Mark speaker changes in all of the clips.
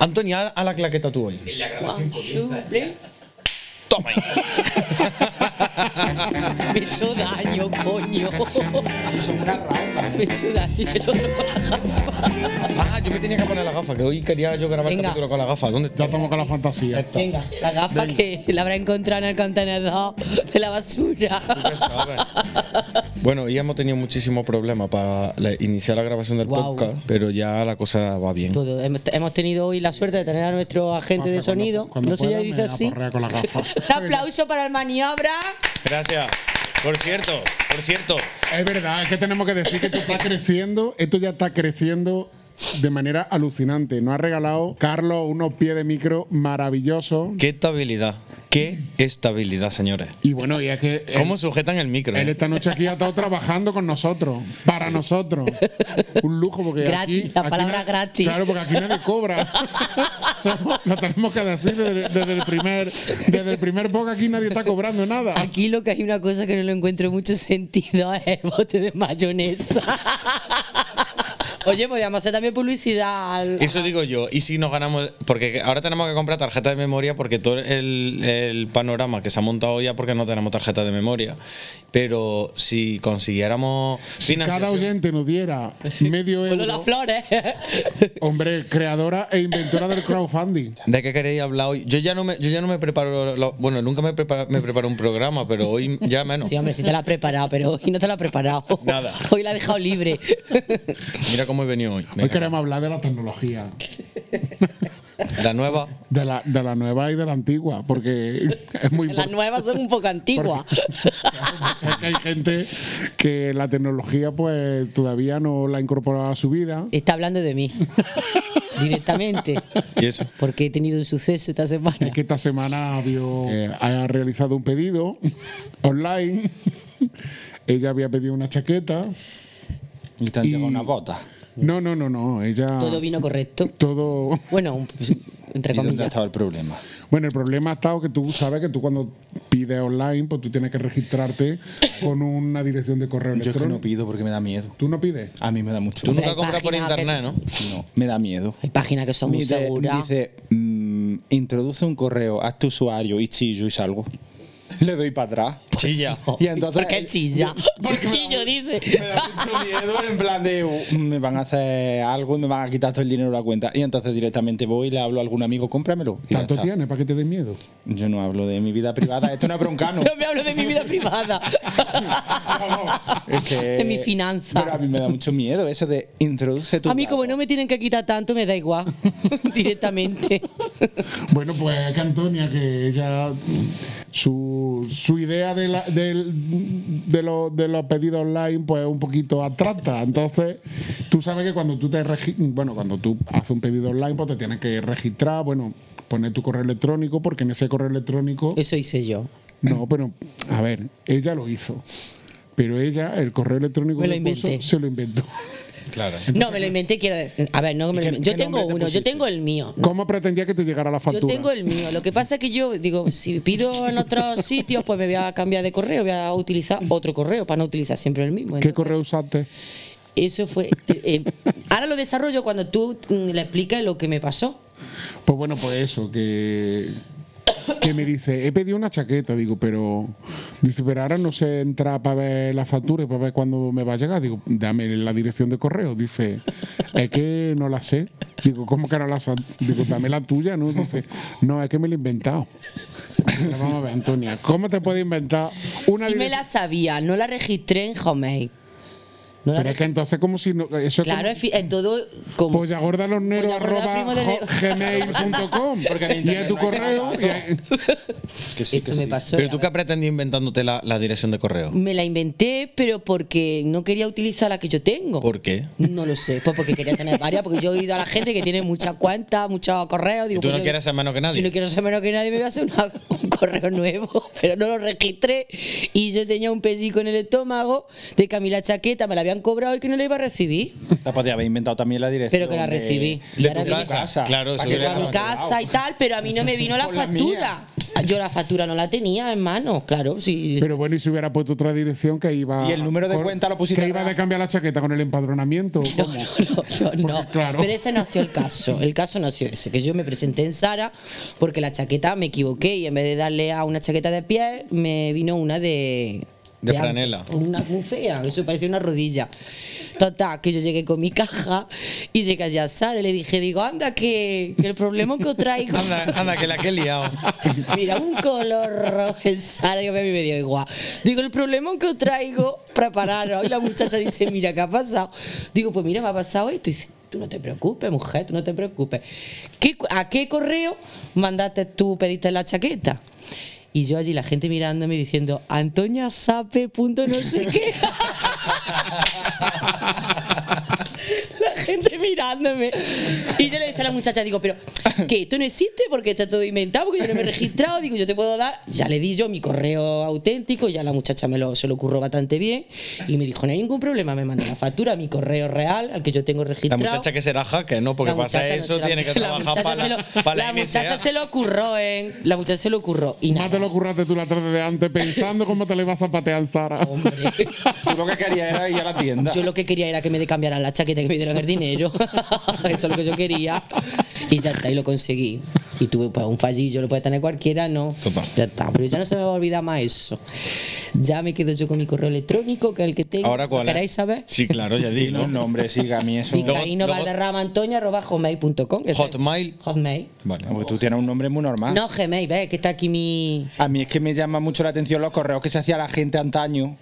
Speaker 1: Antonia, a la claqueta tú hoy.
Speaker 2: En la grabación comienza
Speaker 1: Toma ahí.
Speaker 3: Me he hecho daño, coño. Me he hecho daño el otro con la gafa.
Speaker 1: Ah, yo me tenía que poner la gafa, que hoy quería yo grabar el
Speaker 3: Venga.
Speaker 1: capítulo con la gafa. ¿Dónde
Speaker 4: Ya
Speaker 1: está?
Speaker 4: estamos con la fantasía.
Speaker 1: Esta.
Speaker 3: Venga, la gafa que la habrá encontrado en el contenedor de la basura.
Speaker 1: Ya sabes. Bueno, ya hemos tenido muchísimos problemas para la- iniciar la grabación del
Speaker 3: Guau.
Speaker 1: podcast, pero ya la cosa va bien.
Speaker 3: Todo. Hemos hemos tenido hoy la suerte de tener a nuestro agente de
Speaker 4: Cuando-
Speaker 3: sonido.
Speaker 4: cuando
Speaker 3: no sé, ya
Speaker 4: pueda,
Speaker 3: dice
Speaker 4: me
Speaker 3: así.
Speaker 4: aporrea con la gafa.
Speaker 3: Un aplauso para el maniobra.
Speaker 1: Gracias. Por cierto, por cierto.
Speaker 4: Es verdad, es que tenemos que decir que esto está creciendo, esto ya está creciendo de manera alucinante. Nos ha regalado Carlos unos pies de micro maravillosos.
Speaker 1: Qué estabilidad. Qué estabilidad, señores.
Speaker 4: Y bueno, y es que él-
Speaker 1: ¿Cómo sujetan el micro?
Speaker 4: él,
Speaker 1: eh?
Speaker 4: esta noche aquí ha estado trabajando con nosotros, para nosotros. Un lujo porque
Speaker 3: Gratis,
Speaker 4: aquí,
Speaker 3: la
Speaker 4: aquí
Speaker 3: palabra
Speaker 4: na-
Speaker 3: gratis.
Speaker 4: Claro, porque aquí nadie cobra. Somos- Lo tenemos que decir desde, desde el primer desde el primer boca aquí nadie está cobrando nada.
Speaker 3: Aquí lo que hay una cosa que no le encuentro mucho sentido es el bote de mayonesa. Oye, podríamos hacer también publicidad al,
Speaker 1: Eso digo yo. Y si nos ganamos. Porque ahora tenemos que comprar tarjeta de memoria porque todo el, el panorama que se ha montado ya porque no tenemos tarjeta de memoria. Pero si consiguiéramos.
Speaker 4: Cada
Speaker 1: financiación-
Speaker 4: oyente nos diera
Speaker 3: Pues
Speaker 4: medio
Speaker 3: Bueno, las
Speaker 4: euro.
Speaker 3: flores.
Speaker 4: Hombre, creadora e inventora del crowdfunding.
Speaker 1: ¿De qué queréis hablar hoy? Yo ya no me, yo ya no me preparo. lo- bueno, nunca me preparo, me preparo un programa, pero hoy ya menos.
Speaker 3: Sí, hombre, sí te la has preparado, pero hoy no te la has preparado.
Speaker 1: Nada.
Speaker 3: Hoy la has dejado libre.
Speaker 1: Mira cómo he venido hoy.
Speaker 4: Hoy queremos hablar de la tecnología,
Speaker 1: La nueva.
Speaker 4: de la, de la nueva y de la antigua, porque es muy
Speaker 3: Las
Speaker 4: importante.
Speaker 3: nuevas son un poco antiguas.
Speaker 4: Es que hay gente que la tecnología pues todavía no la ha incorporado a su vida.
Speaker 3: Está hablando de mí. Directamente.
Speaker 1: ¿Y eso?
Speaker 3: Porque he tenido un suceso esta semana.
Speaker 4: Es que esta semana vio, eh, ha realizado un pedido online. Ella había pedido una chaqueta.
Speaker 5: Y te han
Speaker 4: Y-
Speaker 5: llegado unas botas.
Speaker 4: No, no, no, no. Ella.
Speaker 3: Todo vino correcto.
Speaker 4: Todo.
Speaker 3: Bueno, un- pues, entre
Speaker 5: ¿Y dónde ha
Speaker 3: comillas.
Speaker 5: estado el problema?
Speaker 4: Bueno, el problema ha estado que tú sabes que tú cuando pides online, pues tú tienes que registrarte con una dirección de correo
Speaker 5: Yo es que
Speaker 4: electrónico.
Speaker 5: no pido porque me da miedo.
Speaker 4: ¿Tú no pides?
Speaker 5: A mí me da mucho
Speaker 1: Tú
Speaker 5: miedo.
Speaker 3: Hombre,
Speaker 1: nunca compras por
Speaker 3: imagina que-
Speaker 1: internet, ¿no?
Speaker 5: No, me da miedo.
Speaker 3: Hay páginas que son
Speaker 5: Me
Speaker 3: muy
Speaker 5: dice, me
Speaker 3: seguras.
Speaker 5: dice, mm, introduce un correo, haz tu usuario y chillo y salgo. Le doy para atrás.
Speaker 1: Chilla.
Speaker 5: Y entonces, eh,
Speaker 3: ¿Por qué chilla? ¿Por qué chillo? Dice.
Speaker 5: Me da mucho miedo en plan de uh, me van a hacer algo y me van a quitar todo el dinero de la cuenta. Y entonces directamente voy y le hablo a algún amigo, cómpramelo. Y ya
Speaker 4: ¿Tanto
Speaker 5: está.
Speaker 4: tienes para que te dé miedo?
Speaker 5: Yo no hablo de mi vida privada, esto no es broncano.
Speaker 3: No me hablo de mi vida privada.
Speaker 5: Es que-
Speaker 3: De mi finanza.
Speaker 5: Pero a mí me da mucho miedo eso de introduce tu
Speaker 3: A mí, como
Speaker 5: dato.
Speaker 3: no me tienen que quitar tanto, me da igual. Directamente.
Speaker 4: Bueno, pues que Antonia, que ella. Su, su idea de, la- del- de, lo- de los pedidos online, pues es un poquito abstracta. Entonces, tú sabes que cuando tú te regi- bueno, cuando tú haces un pedido online, pues te tienes que registrar, bueno, poner tu correo electrónico, porque en ese correo electrónico.
Speaker 3: Eso hice yo.
Speaker 4: No, pero a ver, ella lo hizo. Pero ella, el correo electrónico
Speaker 3: Me lo
Speaker 4: que puso,
Speaker 3: inventé.
Speaker 4: se lo inventó.
Speaker 1: Claro.
Speaker 3: No, me lo inventé, quiero decir. A ver, no me lo
Speaker 5: ¿Y qué-
Speaker 3: inventé. Yo
Speaker 5: qué
Speaker 3: tengo
Speaker 5: nombre te
Speaker 3: uno, yo
Speaker 5: pusiste?
Speaker 3: tengo el mío.
Speaker 4: ¿Cómo pretendía que te llegara la
Speaker 3: Yo
Speaker 4: factura?
Speaker 3: tengo el mío. Lo que pasa es que yo digo, si pido en otros sitios, pues me voy a cambiar de correo, voy a utilizar otro correo para no utilizar siempre el mismo.
Speaker 4: ¿Qué
Speaker 3: Entonces,
Speaker 4: correo usaste?
Speaker 3: Eso fue. te- eh, ahora lo desarrollo cuando tú mm, le explicas lo que me pasó.
Speaker 4: Pues bueno, pues eso, que, que me dice, he pedido una chaqueta, digo, pero dice, pero ahora no sé entrar para ver la factura y para ver cuándo me va a llegar. Digo, dame la dirección de correo. Dice, es que no la sé. Digo, ¿cómo que no la sé? Digo, dame la tuya, ¿no? Dice, no, es que me la he inventado. Pero Vamos a ver, Antonia, ¿cómo te puede inventar una
Speaker 3: sí me
Speaker 4: direc-
Speaker 3: la sabía, no la registré en Hotmail. No la
Speaker 4: Pero es que entonces como si no, eso es
Speaker 3: Claro,
Speaker 4: como
Speaker 3: es, fi- es todo como.
Speaker 5: Pues
Speaker 4: pollagordalornero
Speaker 3: Pollagorda,
Speaker 4: arroba
Speaker 3: primo de Leo.
Speaker 4: gmail.com
Speaker 5: Porque en
Speaker 4: y
Speaker 5: internet
Speaker 4: es tu
Speaker 5: no hay
Speaker 4: correo y
Speaker 5: nada. Que sí,
Speaker 3: eso
Speaker 5: que
Speaker 3: me
Speaker 5: sí.
Speaker 3: pasó.
Speaker 1: Pero
Speaker 3: la
Speaker 1: tú qué
Speaker 3: verdad.
Speaker 1: pretendí inventándote la, la dirección de correo.
Speaker 3: Me la inventé, pero porque no quería utilizar la que yo tengo.
Speaker 1: ¿Por qué?
Speaker 3: No lo sé, pues porque quería tener varias, porque yo he oído a la gente que tiene muchas cuentas, muchos correos.
Speaker 1: Y
Speaker 3: Digo,
Speaker 1: tú
Speaker 3: pues
Speaker 1: no
Speaker 3: yo-
Speaker 1: quieres ser menos que
Speaker 3: Yo no
Speaker 1: nadie.
Speaker 3: quiero ser menos que nadie, me voy a hacer una- un correo nuevo, pero no lo registré. Y yo tenía un pesico en el estómago de que a mí la chaqueta me la habían cobrado y que no la iba a recibir.
Speaker 5: La Pues podía haber inventado también la dirección.
Speaker 3: Pero que la
Speaker 5: de-
Speaker 3: recibí.
Speaker 1: De
Speaker 3: ahora
Speaker 1: tu
Speaker 3: viene-
Speaker 1: casa. Claro,
Speaker 5: Para
Speaker 1: eso
Speaker 5: que
Speaker 1: hubiera
Speaker 3: Llegó a
Speaker 5: la
Speaker 3: mi
Speaker 1: mandado.
Speaker 3: casa y tal, pero a mí no me vino la
Speaker 5: Por la
Speaker 3: factura. Yo la factura no la tenía en mano, claro. Sí.
Speaker 4: Pero bueno, y si hubiera puesto otra dirección que iba.
Speaker 5: Y el número de
Speaker 4: con-
Speaker 5: cuenta lo pusiste
Speaker 4: Que iba
Speaker 5: ahora.
Speaker 4: de cambiar la chaqueta con el empadronamiento.
Speaker 3: No, no, no, no, no.
Speaker 4: Porque, claro.
Speaker 3: Pero ese nació el caso. El caso nació ese, que yo me presenté en Sara porque la chaqueta me equivoqué y en vez de darle a una chaqueta de piel, me vino una de.
Speaker 1: De
Speaker 3: am-
Speaker 1: franela.
Speaker 3: Una muy fea, eso parecía una rodilla. Total, que yo llegué con mi caja y llegué allá a Sara y le dije, digo, anda, que, que el problema que os traigo.
Speaker 1: Anda, anda, que la que he liado.
Speaker 3: Mira, un color rojo en Sara, digo, a mí me dio igual. Digo, el problema que os traigo, prepararos. Y la muchacha dice, mira, ¿qué ha pasado? Digo, pues mira, me ha pasado esto. Y dice, tú no te preocupes, mujer, tú no te preocupes. ¿Qué, cu- ¿A qué correo mandaste tú, pediste la chaqueta? Y yo allí, la gente mirándome y diciendo, Antonia Sape, punto no sé qué. La gente mirándome. Y yo le decía a la muchacha, digo, pero que esto no existe porque está todo inventado, porque yo no me he registrado. Digo, yo te puedo dar. Ya le di yo mi correo auténtico, ya la muchacha me lo, se lo curró bastante bien. Y me dijo, no hay ningún problema, me mandó la factura, a mi correo real, al que yo tengo
Speaker 1: La
Speaker 3: registrado.
Speaker 1: muchacha que será hacker, ¿no? Porque
Speaker 3: La
Speaker 1: pasa
Speaker 3: muchacha no
Speaker 1: eso,
Speaker 3: se la-
Speaker 1: tiene que
Speaker 3: la
Speaker 1: trabajar
Speaker 3: muchacha
Speaker 1: para
Speaker 3: se
Speaker 1: la,
Speaker 3: lo-
Speaker 1: para
Speaker 3: La muchacha
Speaker 1: NSA.
Speaker 3: se lo curró, ¿eh? La muchacha se lo curró. Y
Speaker 4: Más te
Speaker 3: nada.
Speaker 4: lo curraste tú la tarde de antes pensando cómo te le ibas a patear, Sara.
Speaker 3: Hombre.
Speaker 5: Tú lo que querías era ir a la tienda.
Speaker 3: Yo lo que quería era que me cambiaran la chaqueta, que me dieran el dinero. Eso es lo que yo quería. Y ya está, y lo conseguí. Y tuve pues, un fallillo, lo puede tener cualquiera, ¿no.
Speaker 1: Total.
Speaker 3: Ya está, pero ya no se me va a olvidar más eso. Ya me quedo yo con mi correo electrónico, que es el que tengo.
Speaker 1: Ahora cuál es?
Speaker 3: ¿Queréis saber?
Speaker 1: Sí, claro, ya
Speaker 5: Y
Speaker 1: digo.
Speaker 5: no, no, hombre, siga a mí eso.
Speaker 1: luego-
Speaker 3: Vizcaíno
Speaker 1: luego-
Speaker 3: Valderrama Antonia arroba hotmail.com. que es el-
Speaker 1: Hotmail. Ah.
Speaker 3: Hotmail.
Speaker 1: Vale.
Speaker 5: Porque Pues tú tienes un nombre muy normal.
Speaker 3: No, Gmail, ve, que está aquí mi.
Speaker 5: A mí es que me llama mucho la atención los correos que se hacía la gente antaño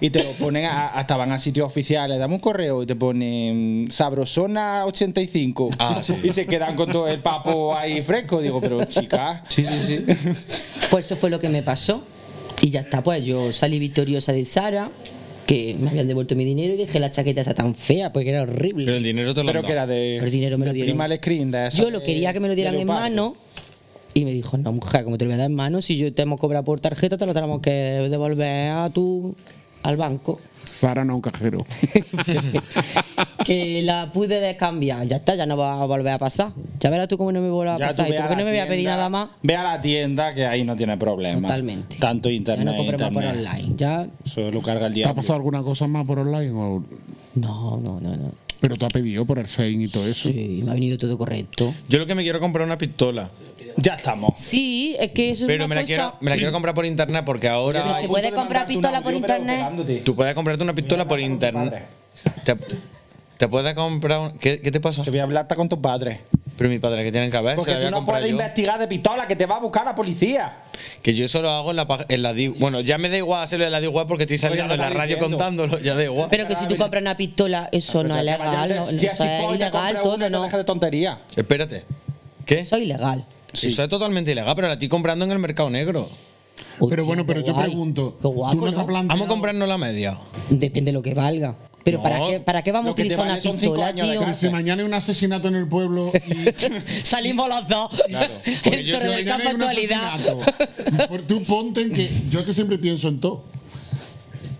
Speaker 5: y te lo ponen, a- hasta van a sitios oficiales, dame un correo y te ponen sabrosona85
Speaker 1: Ah, sí.
Speaker 5: y se quedan con todo el papo ahí fresco. Digo, pero chica,
Speaker 1: Sí, sí, sí.
Speaker 3: Pues eso fue lo que me pasó. Y ya está, pues yo salí victoriosa de Sara, que me habían devuelto mi dinero y dejé la chaqueta esa tan fea, porque era horrible.
Speaker 1: Pero el dinero te lo
Speaker 5: pero
Speaker 1: han
Speaker 5: que era
Speaker 1: dado.
Speaker 5: de,
Speaker 3: El dinero me lo
Speaker 5: de
Speaker 3: dieron.
Speaker 5: Primal Screen. de esa
Speaker 3: Yo lo
Speaker 5: de-
Speaker 3: quería que me lo
Speaker 5: de
Speaker 3: dieran en
Speaker 5: leopardo.
Speaker 3: mano y me dijo, no, mujer, como te lo voy a dar en mano, si yo te hemos cobrado por tarjeta, te lo tenemos que devolver a tu, al banco.
Speaker 4: Sara no un cajero.
Speaker 3: que la pude descambiar, ya está, ya no va a volver a pasar. Ya verás tú cómo no me vuelve a
Speaker 5: Ya
Speaker 3: pasar y
Speaker 5: tú ve
Speaker 3: tú
Speaker 5: a
Speaker 3: que
Speaker 5: la
Speaker 3: no me voy a pedir
Speaker 5: tienda-
Speaker 3: nada más.
Speaker 5: Ve a la tienda que ahí no tiene problema.
Speaker 3: Totalmente.
Speaker 5: Tanto
Speaker 3: Ya
Speaker 5: internet.
Speaker 3: no compré más por
Speaker 5: internet.
Speaker 3: online, ya.
Speaker 5: Eso lo carga el
Speaker 4: ¿Te ha
Speaker 5: diablo.
Speaker 4: pasado alguna cosa más por online? o-
Speaker 3: No, no, no, no.
Speaker 4: Pero tú has pedido por el Sein y todo eso.
Speaker 3: Sí, me ha venido todo correcto.
Speaker 1: Yo lo que me quiero comprar es una pistola.
Speaker 5: Ya estamos.
Speaker 3: Sí, es que eso es
Speaker 1: Pero
Speaker 3: una
Speaker 1: me la,
Speaker 3: cosa-
Speaker 1: quiero, me la quiero comprar por internet porque ahora
Speaker 3: Pero se
Speaker 1: hay-
Speaker 3: puede comprar pistola por internet.
Speaker 1: tú puedes comprarte una pistola por internet. Te, te puedes comprar. un- ¿Qué, qué te pasa?
Speaker 5: Te voy a hablar hasta con tus padres.
Speaker 1: Pero mi padre que tiene en cabeza.
Speaker 5: Porque
Speaker 1: Eh, la voy
Speaker 5: tú
Speaker 1: a
Speaker 5: no
Speaker 1: comprar
Speaker 5: puedes
Speaker 1: yo.
Speaker 5: investigar de pistola, que te va a buscar la policía.
Speaker 1: Que yo eso lo hago en la, pag- en la DIU. Bueno, ya me da igual hacerlo en la DIU porque estoy
Speaker 5: ya
Speaker 1: saliendo
Speaker 5: lo
Speaker 1: en la
Speaker 5: estás
Speaker 1: radio
Speaker 5: diciendo.
Speaker 1: contándolo. Ya da igual.
Speaker 3: Pero que si tú compras una pistola, eso Pues no es legal, no, no, eso es ilegal todo,
Speaker 5: No
Speaker 3: ¿no?
Speaker 5: dejes de tontería.
Speaker 1: Espérate. ¿Qué?
Speaker 3: Eso es ilegal.
Speaker 1: Eso es totalmente ilegal, pero la estoy comprando en el mercado negro.
Speaker 4: Pero
Speaker 3: Uy,
Speaker 4: bueno,
Speaker 3: tío,
Speaker 4: pero
Speaker 3: qué
Speaker 4: yo
Speaker 3: guay. pues
Speaker 4: pregunto.
Speaker 3: Qué guapo,
Speaker 4: ¿Tú no te has
Speaker 3: ¿no?
Speaker 4: planteado-
Speaker 1: Vamos a comprarnos la media.
Speaker 3: Depende de lo que valga. Pero
Speaker 1: No.
Speaker 3: ¿para, qué, ¿para qué vamos a
Speaker 5: Lo que te
Speaker 3: utilizar una
Speaker 5: vale son cinco
Speaker 3: pistola,
Speaker 5: años de
Speaker 4: Pero
Speaker 3: tío?
Speaker 4: si mañana hay un asesinato en el pueblo y
Speaker 3: Salimos los dos.
Speaker 1: porque
Speaker 5: pues
Speaker 3: El
Speaker 1: yo
Speaker 3: Torre
Speaker 1: soy-
Speaker 3: del
Speaker 4: Mañana
Speaker 3: Campo
Speaker 4: hay un
Speaker 3: actualidad.
Speaker 4: asesinato. Por- Tú ponte en que. Yo que siempre pienso en todo.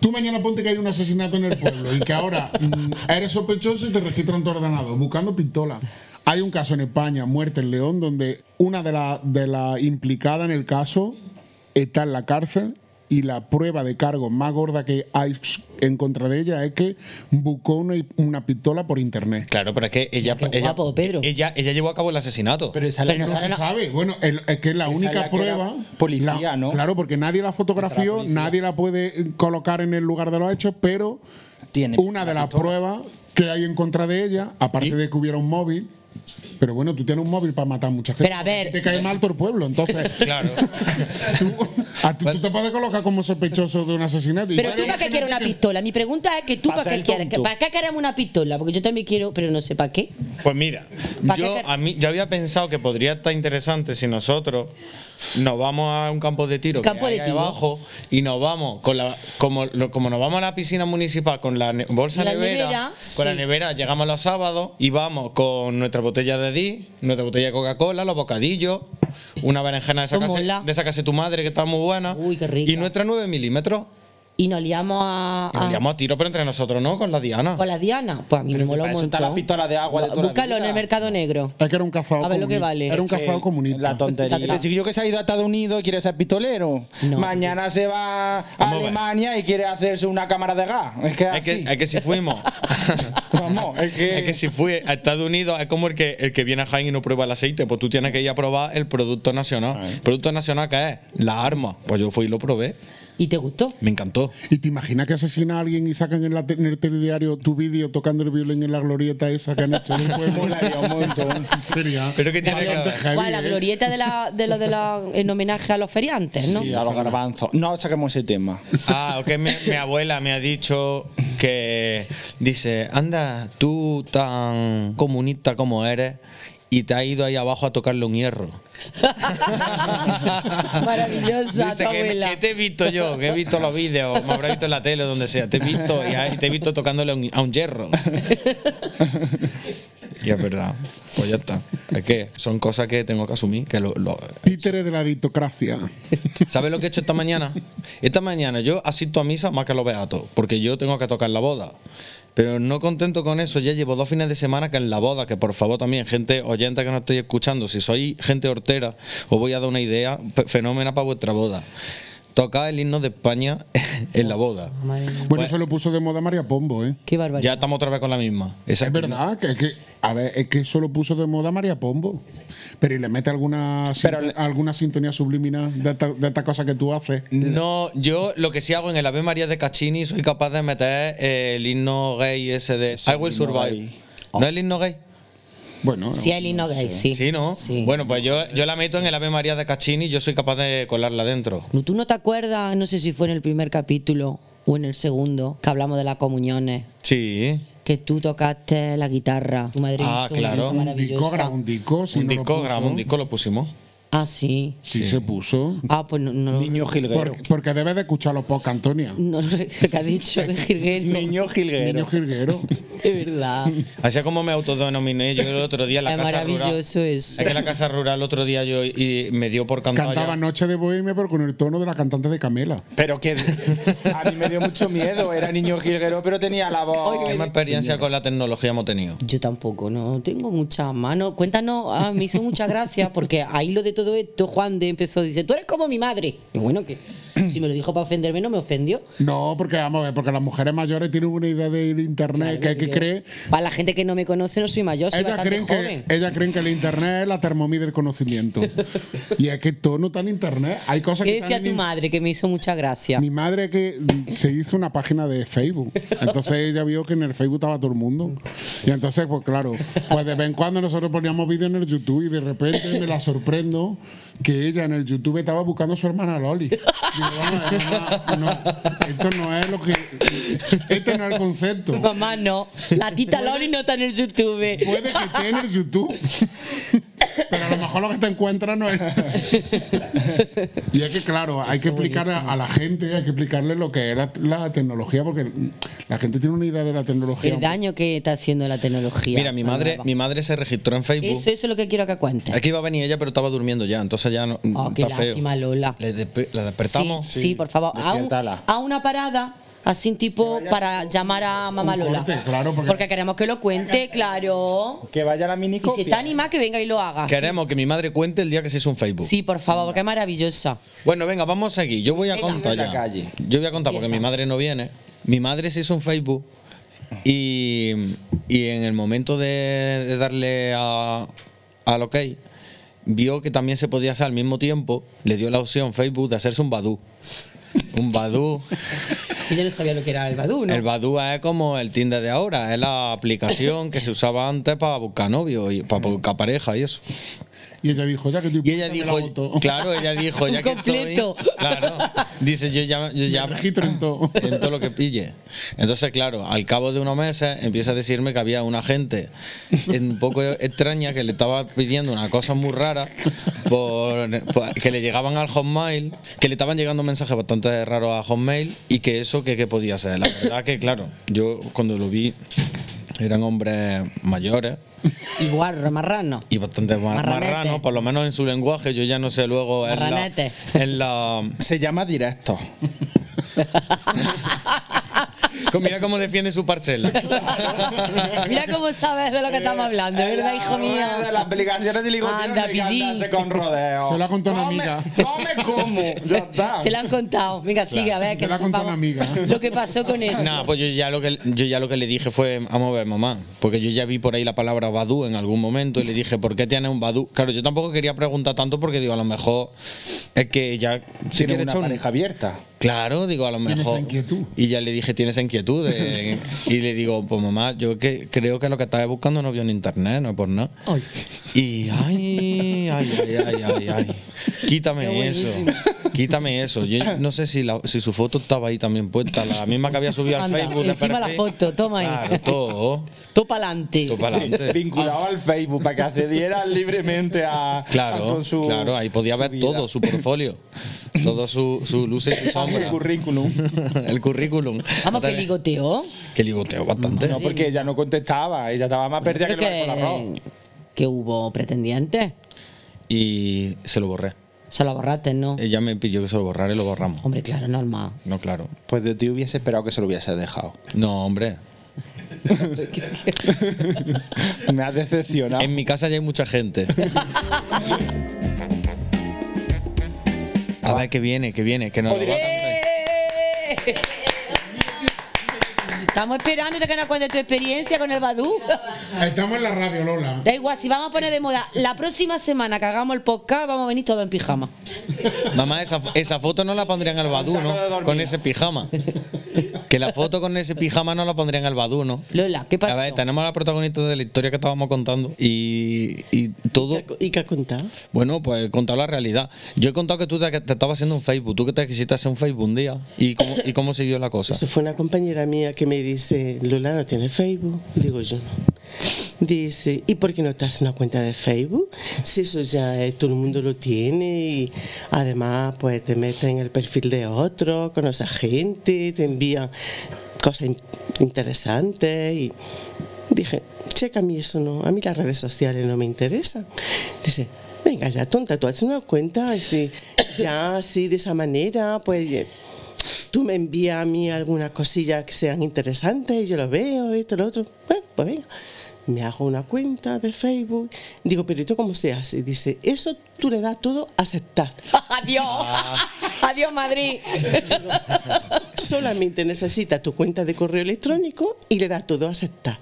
Speaker 4: Tú mañana ponte que hay un asesinato en el pueblo y que ahora mm, eres sospechoso y te registran tu ordenador buscando pistola. Hay un caso en España, muerte en León, donde una de las de la implicadas en el caso está en la cárcel y la prueba de cargo más gorda que hay en contra de ella es que buscó una, una pistola por internet.
Speaker 1: Claro, pero es que ella,
Speaker 3: Qué
Speaker 1: ella,
Speaker 3: guapo, Pedro.
Speaker 1: ella, ella llevó a cabo el asesinato.
Speaker 5: Pero esa
Speaker 3: Pero
Speaker 5: la-
Speaker 3: no
Speaker 4: No
Speaker 3: Sara
Speaker 4: se
Speaker 3: la-
Speaker 4: sabe. Bueno, el- es que la
Speaker 5: Esa
Speaker 4: única
Speaker 5: es la que
Speaker 4: prueba.
Speaker 5: era policía,
Speaker 4: la-
Speaker 5: ¿no?
Speaker 4: Claro, porque nadie la fotografió, nadie la puede eh, colocar en el lugar de los hechos, pero
Speaker 5: Tiene
Speaker 4: una de las pruebas que hay en contra de ella, aparte
Speaker 1: ¿Y?
Speaker 4: de que hubiera un móvil. Pero bueno, tú tienes un móvil para matar a mucha gente.
Speaker 3: Pero a ver-
Speaker 4: Te cae mal por pueblo, entonces.
Speaker 1: Claro.
Speaker 4: tú, a ti- tú te puedes colocar como sospechoso de un asesinato. y-
Speaker 3: Pero tú para qué quieres una pistola. Mi pregunta es que tú
Speaker 5: Pasa
Speaker 3: para qué
Speaker 5: el
Speaker 3: quieres.
Speaker 5: tonto.
Speaker 3: ¿Para qué queremos una pistola? Porque yo también quiero, pero no sé para qué.
Speaker 1: Pues mira,
Speaker 3: ¿Pa'
Speaker 1: yo,
Speaker 3: qué te-
Speaker 1: a mí, yo había pensado que podría estar interesante si nosotros nos vamos a un campo de tiro
Speaker 3: Campo
Speaker 1: que
Speaker 3: de
Speaker 1: hay ahí
Speaker 3: tiro.
Speaker 1: abajo y nos vamos con la como, lo- como nos vamos a la piscina municipal con la ne- bolsa
Speaker 3: La
Speaker 1: nevera,
Speaker 3: nevera,
Speaker 1: con
Speaker 3: sí.
Speaker 1: la nevera llegamos los sábados y vamos con nuestra botella de di, nuestra botella de Coca-Cola, los bocadillos, una berenjena de
Speaker 3: Eso
Speaker 1: esa, casa,
Speaker 3: mola.
Speaker 1: de esa casa de tu madre que está muy buena
Speaker 3: Uy, qué rica.
Speaker 1: y nuestra 9 milímetros
Speaker 3: y nos liamos a.
Speaker 1: Y nos liamos a tiro, pero entre nosotros, ¿no? Con la Diana.
Speaker 3: a- con la Diana. Pues a mí
Speaker 5: Pero
Speaker 3: me mola un
Speaker 5: para eso están las
Speaker 3: montón.
Speaker 5: pistolas de agua de toda la
Speaker 3: Búscalo en
Speaker 5: vida.
Speaker 3: el mercado negro.
Speaker 4: Es que era un cazado
Speaker 3: A ver lo que
Speaker 4: comuni-
Speaker 3: vale.
Speaker 4: Era un
Speaker 5: Que
Speaker 4: cazado comunista.
Speaker 5: La tontería.
Speaker 3: Está-
Speaker 5: Este chiquillo que se ha ido a Estados Unidos y quiere ser pistolero.
Speaker 3: No.
Speaker 5: Mañana se va a
Speaker 1: Vamos a ver.
Speaker 5: Alemania y quiere hacerse una cámara de gas. Es que
Speaker 1: Es que,
Speaker 5: así.
Speaker 1: es que si fuimos.
Speaker 5: Vamos, es que-
Speaker 1: Es que si fui a Estados Unidos es como el que, el que viene a Jaén y no prueba el aceite. Pues tú tienes que ir a probar el producto nacional. ¿Producto nacional qué es? La arma. Pues yo fui y lo probé.
Speaker 3: ¿Y te gustó?
Speaker 1: Me encantó.
Speaker 4: ¿Y te imaginas que asesina a alguien y sacan en, la te- en el telediario tu vídeo tocando el violín en la glorieta esa que han hecho en el pueblo?
Speaker 5: Molaría un montón.
Speaker 4: Sería
Speaker 1: Pero que tiene que
Speaker 4: bastante
Speaker 1: ver.
Speaker 4: heavy,
Speaker 3: ¿Cuál? La
Speaker 4: ¿eh?
Speaker 3: glorieta de, la, de lo de la, en homenaje a los feriantes, ¿no?
Speaker 5: Sí, a los garbanzos. No saquemos ese tema.
Speaker 1: Ah, ok, mi, mi abuela me ha dicho que dice, anda, tú tan comunista como eres y te has ido ahí abajo a tocarle un hierro.
Speaker 3: Maravillosa tu
Speaker 1: Dice que,
Speaker 3: abuela.
Speaker 1: que te he visto yo, que he visto los vídeos, me habrá visto en la tele o donde sea, te he visto y ahí te he visto tocándole a un- a un hierro. Y es verdad, pues ya está. Es que son cosas que tengo que asumir, que lo- lo,
Speaker 4: Títere de la aristocracia.
Speaker 1: ¿Sabes lo que he hecho esta mañana? Esta mañana yo asisto a misa más que a los beatos, porque yo tengo que tocar la boda. Pero no contento con eso, ya llevo dos fines de semana que en la boda, que por favor también, gente oyente que no estoy escuchando, si sois gente hortera, os voy a dar una idea pe- fenómena para vuestra boda. Tocad el himno de España en la boda.
Speaker 3: Madre mía.
Speaker 4: Bueno, eso lo puso de moda María Pombo, ¿eh?
Speaker 3: Qué
Speaker 1: Ya
Speaker 3: barbaridad.
Speaker 1: estamos otra vez con la misma. Esa-
Speaker 4: Es verdad, que, que- a ver, es que eso lo puso de moda María Pombo. Pero y le mete alguna,
Speaker 5: Pero
Speaker 4: sinto-
Speaker 5: le-
Speaker 4: alguna sintonía subliminal de estas cosas que tú haces.
Speaker 1: No, yo lo que sí hago en el Ave María de Caccini soy capaz de meter eh, el himno gay ese de I Will
Speaker 5: himno
Speaker 1: Survive.
Speaker 5: gay.
Speaker 1: ¿No es el himno gay?
Speaker 4: Bueno,
Speaker 3: Sí, el himno gay, sí.
Speaker 1: Sí, ¿no?
Speaker 3: Sí.
Speaker 1: Bueno, pues yo, yo la meto en el Ave María de Caccini y yo soy capaz de colarla dentro.
Speaker 3: No, Tú no te acuerdas, no sé si fue en el primer capítulo o en el segundo, que hablamos de las comuniones,
Speaker 1: Sí.
Speaker 3: que tú tocaste la guitarra. Tu madre
Speaker 1: Ah,
Speaker 3: hizo una
Speaker 1: claro.
Speaker 3: cosa
Speaker 1: Un
Speaker 4: un discograma,
Speaker 3: maravillosa.
Speaker 4: un disco, si
Speaker 1: un
Speaker 4: no lo
Speaker 1: discograma,
Speaker 4: puso.
Speaker 1: un disco lo pusimos.
Speaker 3: Ah, sí.
Speaker 4: Sí,
Speaker 1: Sí.
Speaker 4: se puso.
Speaker 3: Ah, pues no, no,
Speaker 5: Niño jilguero.
Speaker 4: Porque, porque debes de escucharlo poco, Antonia.
Speaker 3: no lo que ha dicho de jirguero.
Speaker 5: Niño
Speaker 4: Niño
Speaker 5: jilguero.
Speaker 4: jilguero.
Speaker 3: De verdad.
Speaker 1: Así es como me autodenominé yo el otro día en la
Speaker 3: es
Speaker 1: casa rural.
Speaker 3: maravilloso
Speaker 1: Es
Speaker 3: eso.
Speaker 1: que en la casa rural el otro día yo y me dio por cantar.
Speaker 4: Cantaba
Speaker 1: ya.
Speaker 4: Noche de Bohemia, pero con el tono de la cantante de Camela.
Speaker 5: Pero que a mí me dio mucho miedo. Era niño jilguero, pero tenía la voz.
Speaker 1: ¿Qué más experiencia con la tecnología hemos tenido?
Speaker 3: Yo tampoco, no tengo mucha mano. Cuéntanos, ah, me hizo mucha gracia porque ahí lo de todo esto, Juan de empezó, dice, tú eres como mi madre. Y bueno, que si me lo dijo para ofenderme, no me ofendió.
Speaker 4: No, porque vamos a ver, porque las mujeres mayores tienen una idea del internet que, que
Speaker 3: Yo-
Speaker 4: cree.
Speaker 3: Para la gente que no me conoce, no soy mayor, soy
Speaker 4: Ellas
Speaker 3: bastante
Speaker 4: creen,
Speaker 3: joven.
Speaker 4: que, ellas creen que el internet es la termomí del conocimiento. y es que todo no está en internet. Hay cosas que.
Speaker 3: ¿Qué decía
Speaker 4: están
Speaker 3: tu
Speaker 4: en-
Speaker 3: madre que me hizo mucha gracia?
Speaker 4: Mi madre que mm, se hizo una página de Facebook. Entonces ella vio que en el Facebook estaba todo el mundo. Y entonces, pues claro, pues de vez en cuando nosotros poníamos vídeos en el YouTube y de repente me la sorprendo que ella en el YouTube estaba buscando a su hermana Loli. Digo, vamos, a ver, mamá, no, esto no es lo que. Este no es el concepto.
Speaker 3: Mamá, no. La tita Loli no está en el YouTube.
Speaker 4: Puede que esté en el YouTube. Pero a lo mejor lo que te encuentras no es. Y es que, claro, hay que explicar a, a la gente, hay que explicarle lo que es la, la tecnología, porque la gente tiene una idea de la tecnología.
Speaker 3: El daño que está haciendo la tecnología.
Speaker 1: Mira, mi madre,
Speaker 3: nueva.
Speaker 1: mi madre se registró en Facebook.
Speaker 3: Eso, eso es lo que quiero que cuentes.
Speaker 1: Aquí iba a venir ella, pero estaba durmiendo ya, entonces ya no. mm,
Speaker 3: Oh, qué
Speaker 1: está feo.
Speaker 3: lástima, Lola.
Speaker 1: Le despe- la despertamos.
Speaker 3: Sí, sí, por favor. A, un-
Speaker 5: Despiértala.
Speaker 3: a una parada, así tipo para llamar a mamá
Speaker 4: Un
Speaker 3: Lola.
Speaker 4: corte, claro, porque-
Speaker 3: queremos que lo cuente, claro.
Speaker 5: Que vaya la mini
Speaker 3: Y si está animada, que venga y lo haga.
Speaker 1: Queremos que mi madre cuente el día que se hizo un Facebook.
Speaker 3: Sí, por favor, porque es maravillosa.
Speaker 1: Bueno, venga, vamos a seguir. Yo voy a
Speaker 3: Venga.
Speaker 1: contar
Speaker 5: Vive en
Speaker 1: ya.
Speaker 5: la calle.
Speaker 1: Yo voy a contar porque
Speaker 3: Empieza.
Speaker 1: mi madre no viene. Mi madre se hizo un Facebook y, y en el momento de, de darle a, al OK, vio que también se podía hacer al mismo tiempo. Le dio la opción Facebook de hacerse un Badu. Un Badu.
Speaker 3: Ella no sabía lo que era el Badú, ¿no?
Speaker 1: El Badu es como el Tinder de ahora. Es la aplicación que se usaba antes para buscar novio y para buscar pareja y eso.
Speaker 4: Y ella dijo, ya que estoy
Speaker 1: Y ella
Speaker 4: puesta, me
Speaker 1: dijo,
Speaker 4: la voto.
Speaker 1: claro, ella dijo,
Speaker 3: Un
Speaker 1: ya que
Speaker 3: completo.
Speaker 1: estoy, claro, dice yo ya, yo ya
Speaker 4: Me registro en todo.
Speaker 1: en todo lo que pille. Entonces, claro, al cabo de unos meses empieza a decirme que había una gente un poco extraña que le estaba pidiendo una cosa muy rara, por, por- que le llegaban al Hotmail, que le estaban llegando mensajes bastante raros a Hotmail y que eso que, que podía ser. La verdad que, claro, yo cuando lo vi eran hombres mayores
Speaker 3: Y guarro, marrano.
Speaker 1: y bastante mar-
Speaker 3: Marranete.
Speaker 1: marrano, por lo menos en su lenguaje, yo ya no sé luego en la,
Speaker 3: Marranete.
Speaker 1: en la
Speaker 5: Se llama directo.
Speaker 1: Mira cómo defiende su parcela.
Speaker 3: Mira cómo sabes de lo que estamos hablando, ¿verdad, hijo mío?
Speaker 5: Una Eh, de las aplicaciones de ligotinos
Speaker 3: Anda,
Speaker 5: de
Speaker 3: pisín.
Speaker 5: andarse con rodeo.
Speaker 4: Se lo ha contado una
Speaker 5: Come-
Speaker 4: amiga.
Speaker 5: Come como, ya está.
Speaker 3: Se la han contado. Venga, sigue, a ver, que
Speaker 4: Se la ha contado
Speaker 3: sepamos
Speaker 4: una amiga.
Speaker 3: Lo que pasó con eso.
Speaker 1: Nah, pues yo ya lo que yo ya lo que le dije fue, vamos a ver, mamá, porque yo ya vi por ahí la palabra Badu en algún momento y le dije, ¿por qué tienes un Badu? Claro, yo tampoco quería preguntar tanto porque digo, a lo mejor es que ya si quieres
Speaker 5: Tiene una
Speaker 1: echar un-
Speaker 5: pareja abierta.
Speaker 1: Claro, digo, a lo
Speaker 4: Tienes
Speaker 1: mejor.
Speaker 4: inquietud.
Speaker 1: Y ya le dije, tienes inquietud. eh, y le digo, pues mamá, yo que creo que lo que estaba buscando no vio en internet, no por nada.
Speaker 3: Ay.
Speaker 1: Y ay, ay, ay, ay, ay, ay. Quítame eso. Quítame eso. Yo no sé si, la- si su foto estaba ahí también puesta, la misma que había subido al
Speaker 3: Anda,
Speaker 1: Facebook. de
Speaker 3: encima la
Speaker 1: perfil.
Speaker 3: foto, toma ahí.
Speaker 1: Claro, todo.
Speaker 3: Tú pa'lante.
Speaker 1: Todo para adelante.
Speaker 5: Vinculado al Facebook para que accediera libremente a. a
Speaker 1: Ah. Claro,
Speaker 5: todo su-
Speaker 1: claro, ahí podía
Speaker 5: su
Speaker 1: ver
Speaker 5: vida,
Speaker 1: todo, su portfolio, todo su, su luz y su
Speaker 5: a su
Speaker 1: sombra,
Speaker 5: currículum.
Speaker 1: el currículum.
Speaker 3: Vamos, que ligoteó.
Speaker 1: Que ligoteo bastante.
Speaker 5: No, porque ella no contestaba, ella estaba más perdida
Speaker 3: Creo
Speaker 5: que el barco de arroz.
Speaker 3: que, que hubo pretendientes.
Speaker 1: y se lo borré.
Speaker 3: Se lo borraste, ¿no?
Speaker 1: Ella me pidió que se lo borrara y lo borramos.
Speaker 3: Hombre, claro, normal.
Speaker 1: No, claro.
Speaker 5: Pues de ti hubiese esperado que se lo hubiese dejado.
Speaker 1: No, hombre.
Speaker 5: Me has decepcionado.
Speaker 1: En mi casa ya hay mucha gente. A ver, que viene, que viene, que no lo va a cantar.
Speaker 3: ¡Eh! Estamos esperando que nos cuentes tu experiencia con el Badú.
Speaker 4: Estamos en la radio, Lola.
Speaker 3: Da igual, si vamos a poner de moda la próxima semana que hagamos el podcast, vamos a venir todos en pijama.
Speaker 1: Mamá, esa, esa foto no la pondrían al Badú,
Speaker 5: saco de
Speaker 1: ¿no?
Speaker 5: dormir.
Speaker 1: Con ese pijama. Que la foto con ese pijama no la pondrían al Badú, ¿no?
Speaker 3: Lola, ¿qué
Speaker 1: A
Speaker 3: pasó?
Speaker 1: ver, tenemos a la protagonista de la historia que estábamos contando y, y todo...
Speaker 2: ¿Y qué has contado?
Speaker 1: Bueno, pues he contado la realidad. Yo he contado que tú te, te estabas haciendo un Facebook, tú que te quisiste hacer un Facebook un día. ¿Y cómo, y cómo siguió la cosa?
Speaker 2: Eso fue una compañera mía que me dice, Lola, ¿no tienes Facebook? Digo yo no. Dice, ¿y por qué no te haces una cuenta de Facebook? Si eso ya eh, todo el mundo lo tiene y además pues te metes en el perfil de otro, conoces gente, te envían cosas in- interesantes y dije, che, que a mí eso no, a mí las redes sociales no me interesan. Dice, venga ya tonta, tú haces una cuenta y si ya así de esa manera pues... eh, tú me envías a mí algunas cosillas que sean interesantes y yo lo veo, esto, lo otro. Bueno, pues venga. Me hago una cuenta de Facebook. Digo, pero ¿y esto cómo se hace? Dice, eso tú le das todo a aceptar.
Speaker 3: Adiós. Adiós, Madrid.
Speaker 2: Solamente necesitas tu cuenta de correo electrónico y le das todo a aceptar.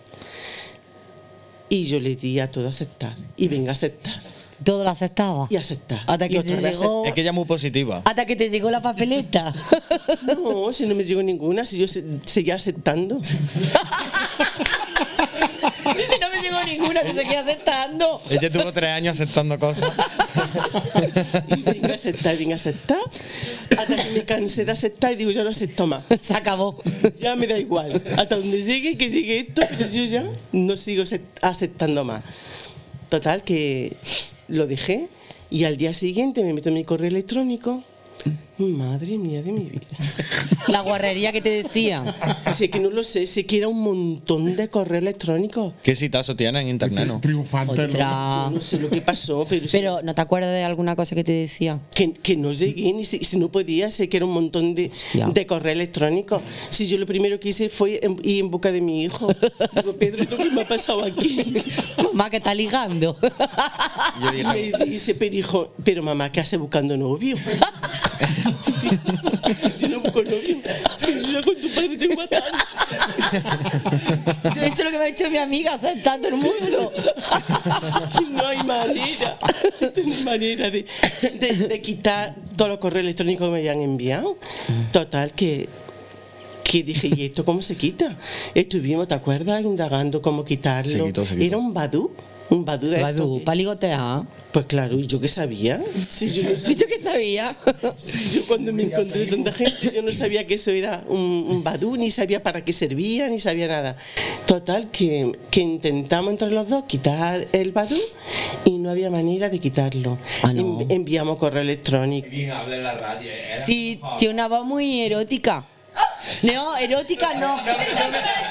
Speaker 2: Y yo le di a todo a aceptar. Y venga, aceptar.
Speaker 3: Todo lo aceptaba.
Speaker 2: Y aceptar.
Speaker 3: Hasta
Speaker 2: Y
Speaker 3: que
Speaker 2: otra
Speaker 3: te
Speaker 2: vez
Speaker 3: llegó-
Speaker 1: Es que ella es muy positiva.
Speaker 3: Hasta que te llegó la papeleta.
Speaker 2: No, si no me llegó ninguna, si yo se- seguía aceptando.
Speaker 3: Dice, no me llegó ninguna, que seguía aceptando.
Speaker 1: Ella tuvo tres años aceptando cosas.
Speaker 2: Y venga, aceptar, venga, aceptar. Hasta que me cansé de aceptar y digo, ya no acepto más.
Speaker 3: Se acabó.
Speaker 2: Ya me da igual. Hasta donde llegue, que llegue esto, pero yo ya no sigo ace- aceptando más. Total, que lo dejé y al día siguiente me meto en mi correo electrónico. Madre mía de mi vida.
Speaker 3: La guarrería que te decía.
Speaker 2: Sé que no lo sé, sé que era un montón de correo electrónico.
Speaker 1: ¿Qué citazo tiene en internet?
Speaker 4: Sí,
Speaker 1: no?
Speaker 4: Triunfante. Lola.
Speaker 2: Yo
Speaker 3: Otra.
Speaker 2: no sé lo que pasó, pero, sí
Speaker 3: Ah. Pero, ¿no te acuerdas de alguna cosa que te decía?
Speaker 2: que, que no llegué, ni si, si no podía, sé que era un montón de,
Speaker 3: Hostia.
Speaker 2: de correo electrónico. Si yo lo primero que hice fue en- ir en busca de mi hijo. Digo, Pedro, ¿tú qué me ha pasado aquí?
Speaker 3: Mamá, que está ligando.
Speaker 1: Y Yo dije,
Speaker 2: Me dice, pero hijo, pero mamá, ¿qué hace buscando novio? si yo no busco novio, si yo ya con tu padre te matan.
Speaker 3: Yo he hecho lo que me ha hecho mi amiga, aceptar todo el mundo.
Speaker 2: No hay manera, no hay manera de, de- de quitar todos los correos electrónicos que me habían enviado. Total, que, que dije, ¿y esto cómo se quita? Estuvimos, ¿te acuerdas? Indagando cómo quitarlo.
Speaker 1: Se quitó, se quitó.
Speaker 2: Era un Badu, un Badu de estos
Speaker 3: Badu,
Speaker 2: que-
Speaker 3: para ligotear.
Speaker 2: Pues claro, ¿y yo qué sabía? Si yo, no sabía-
Speaker 3: ¿Viste que sabía?
Speaker 2: si yo cuando me encontré tanta gente, yo no sabía que eso era un, un Badu, ni sabía para qué servía, ni sabía nada. Total, que, que intentamos entre los dos quitar el Badu y no había manera de quitarlo. Em,
Speaker 3: Ah, no.
Speaker 2: En- enviamos correo electrónico.
Speaker 3: Sí, tiene una voz muy erótica. No, erótica no.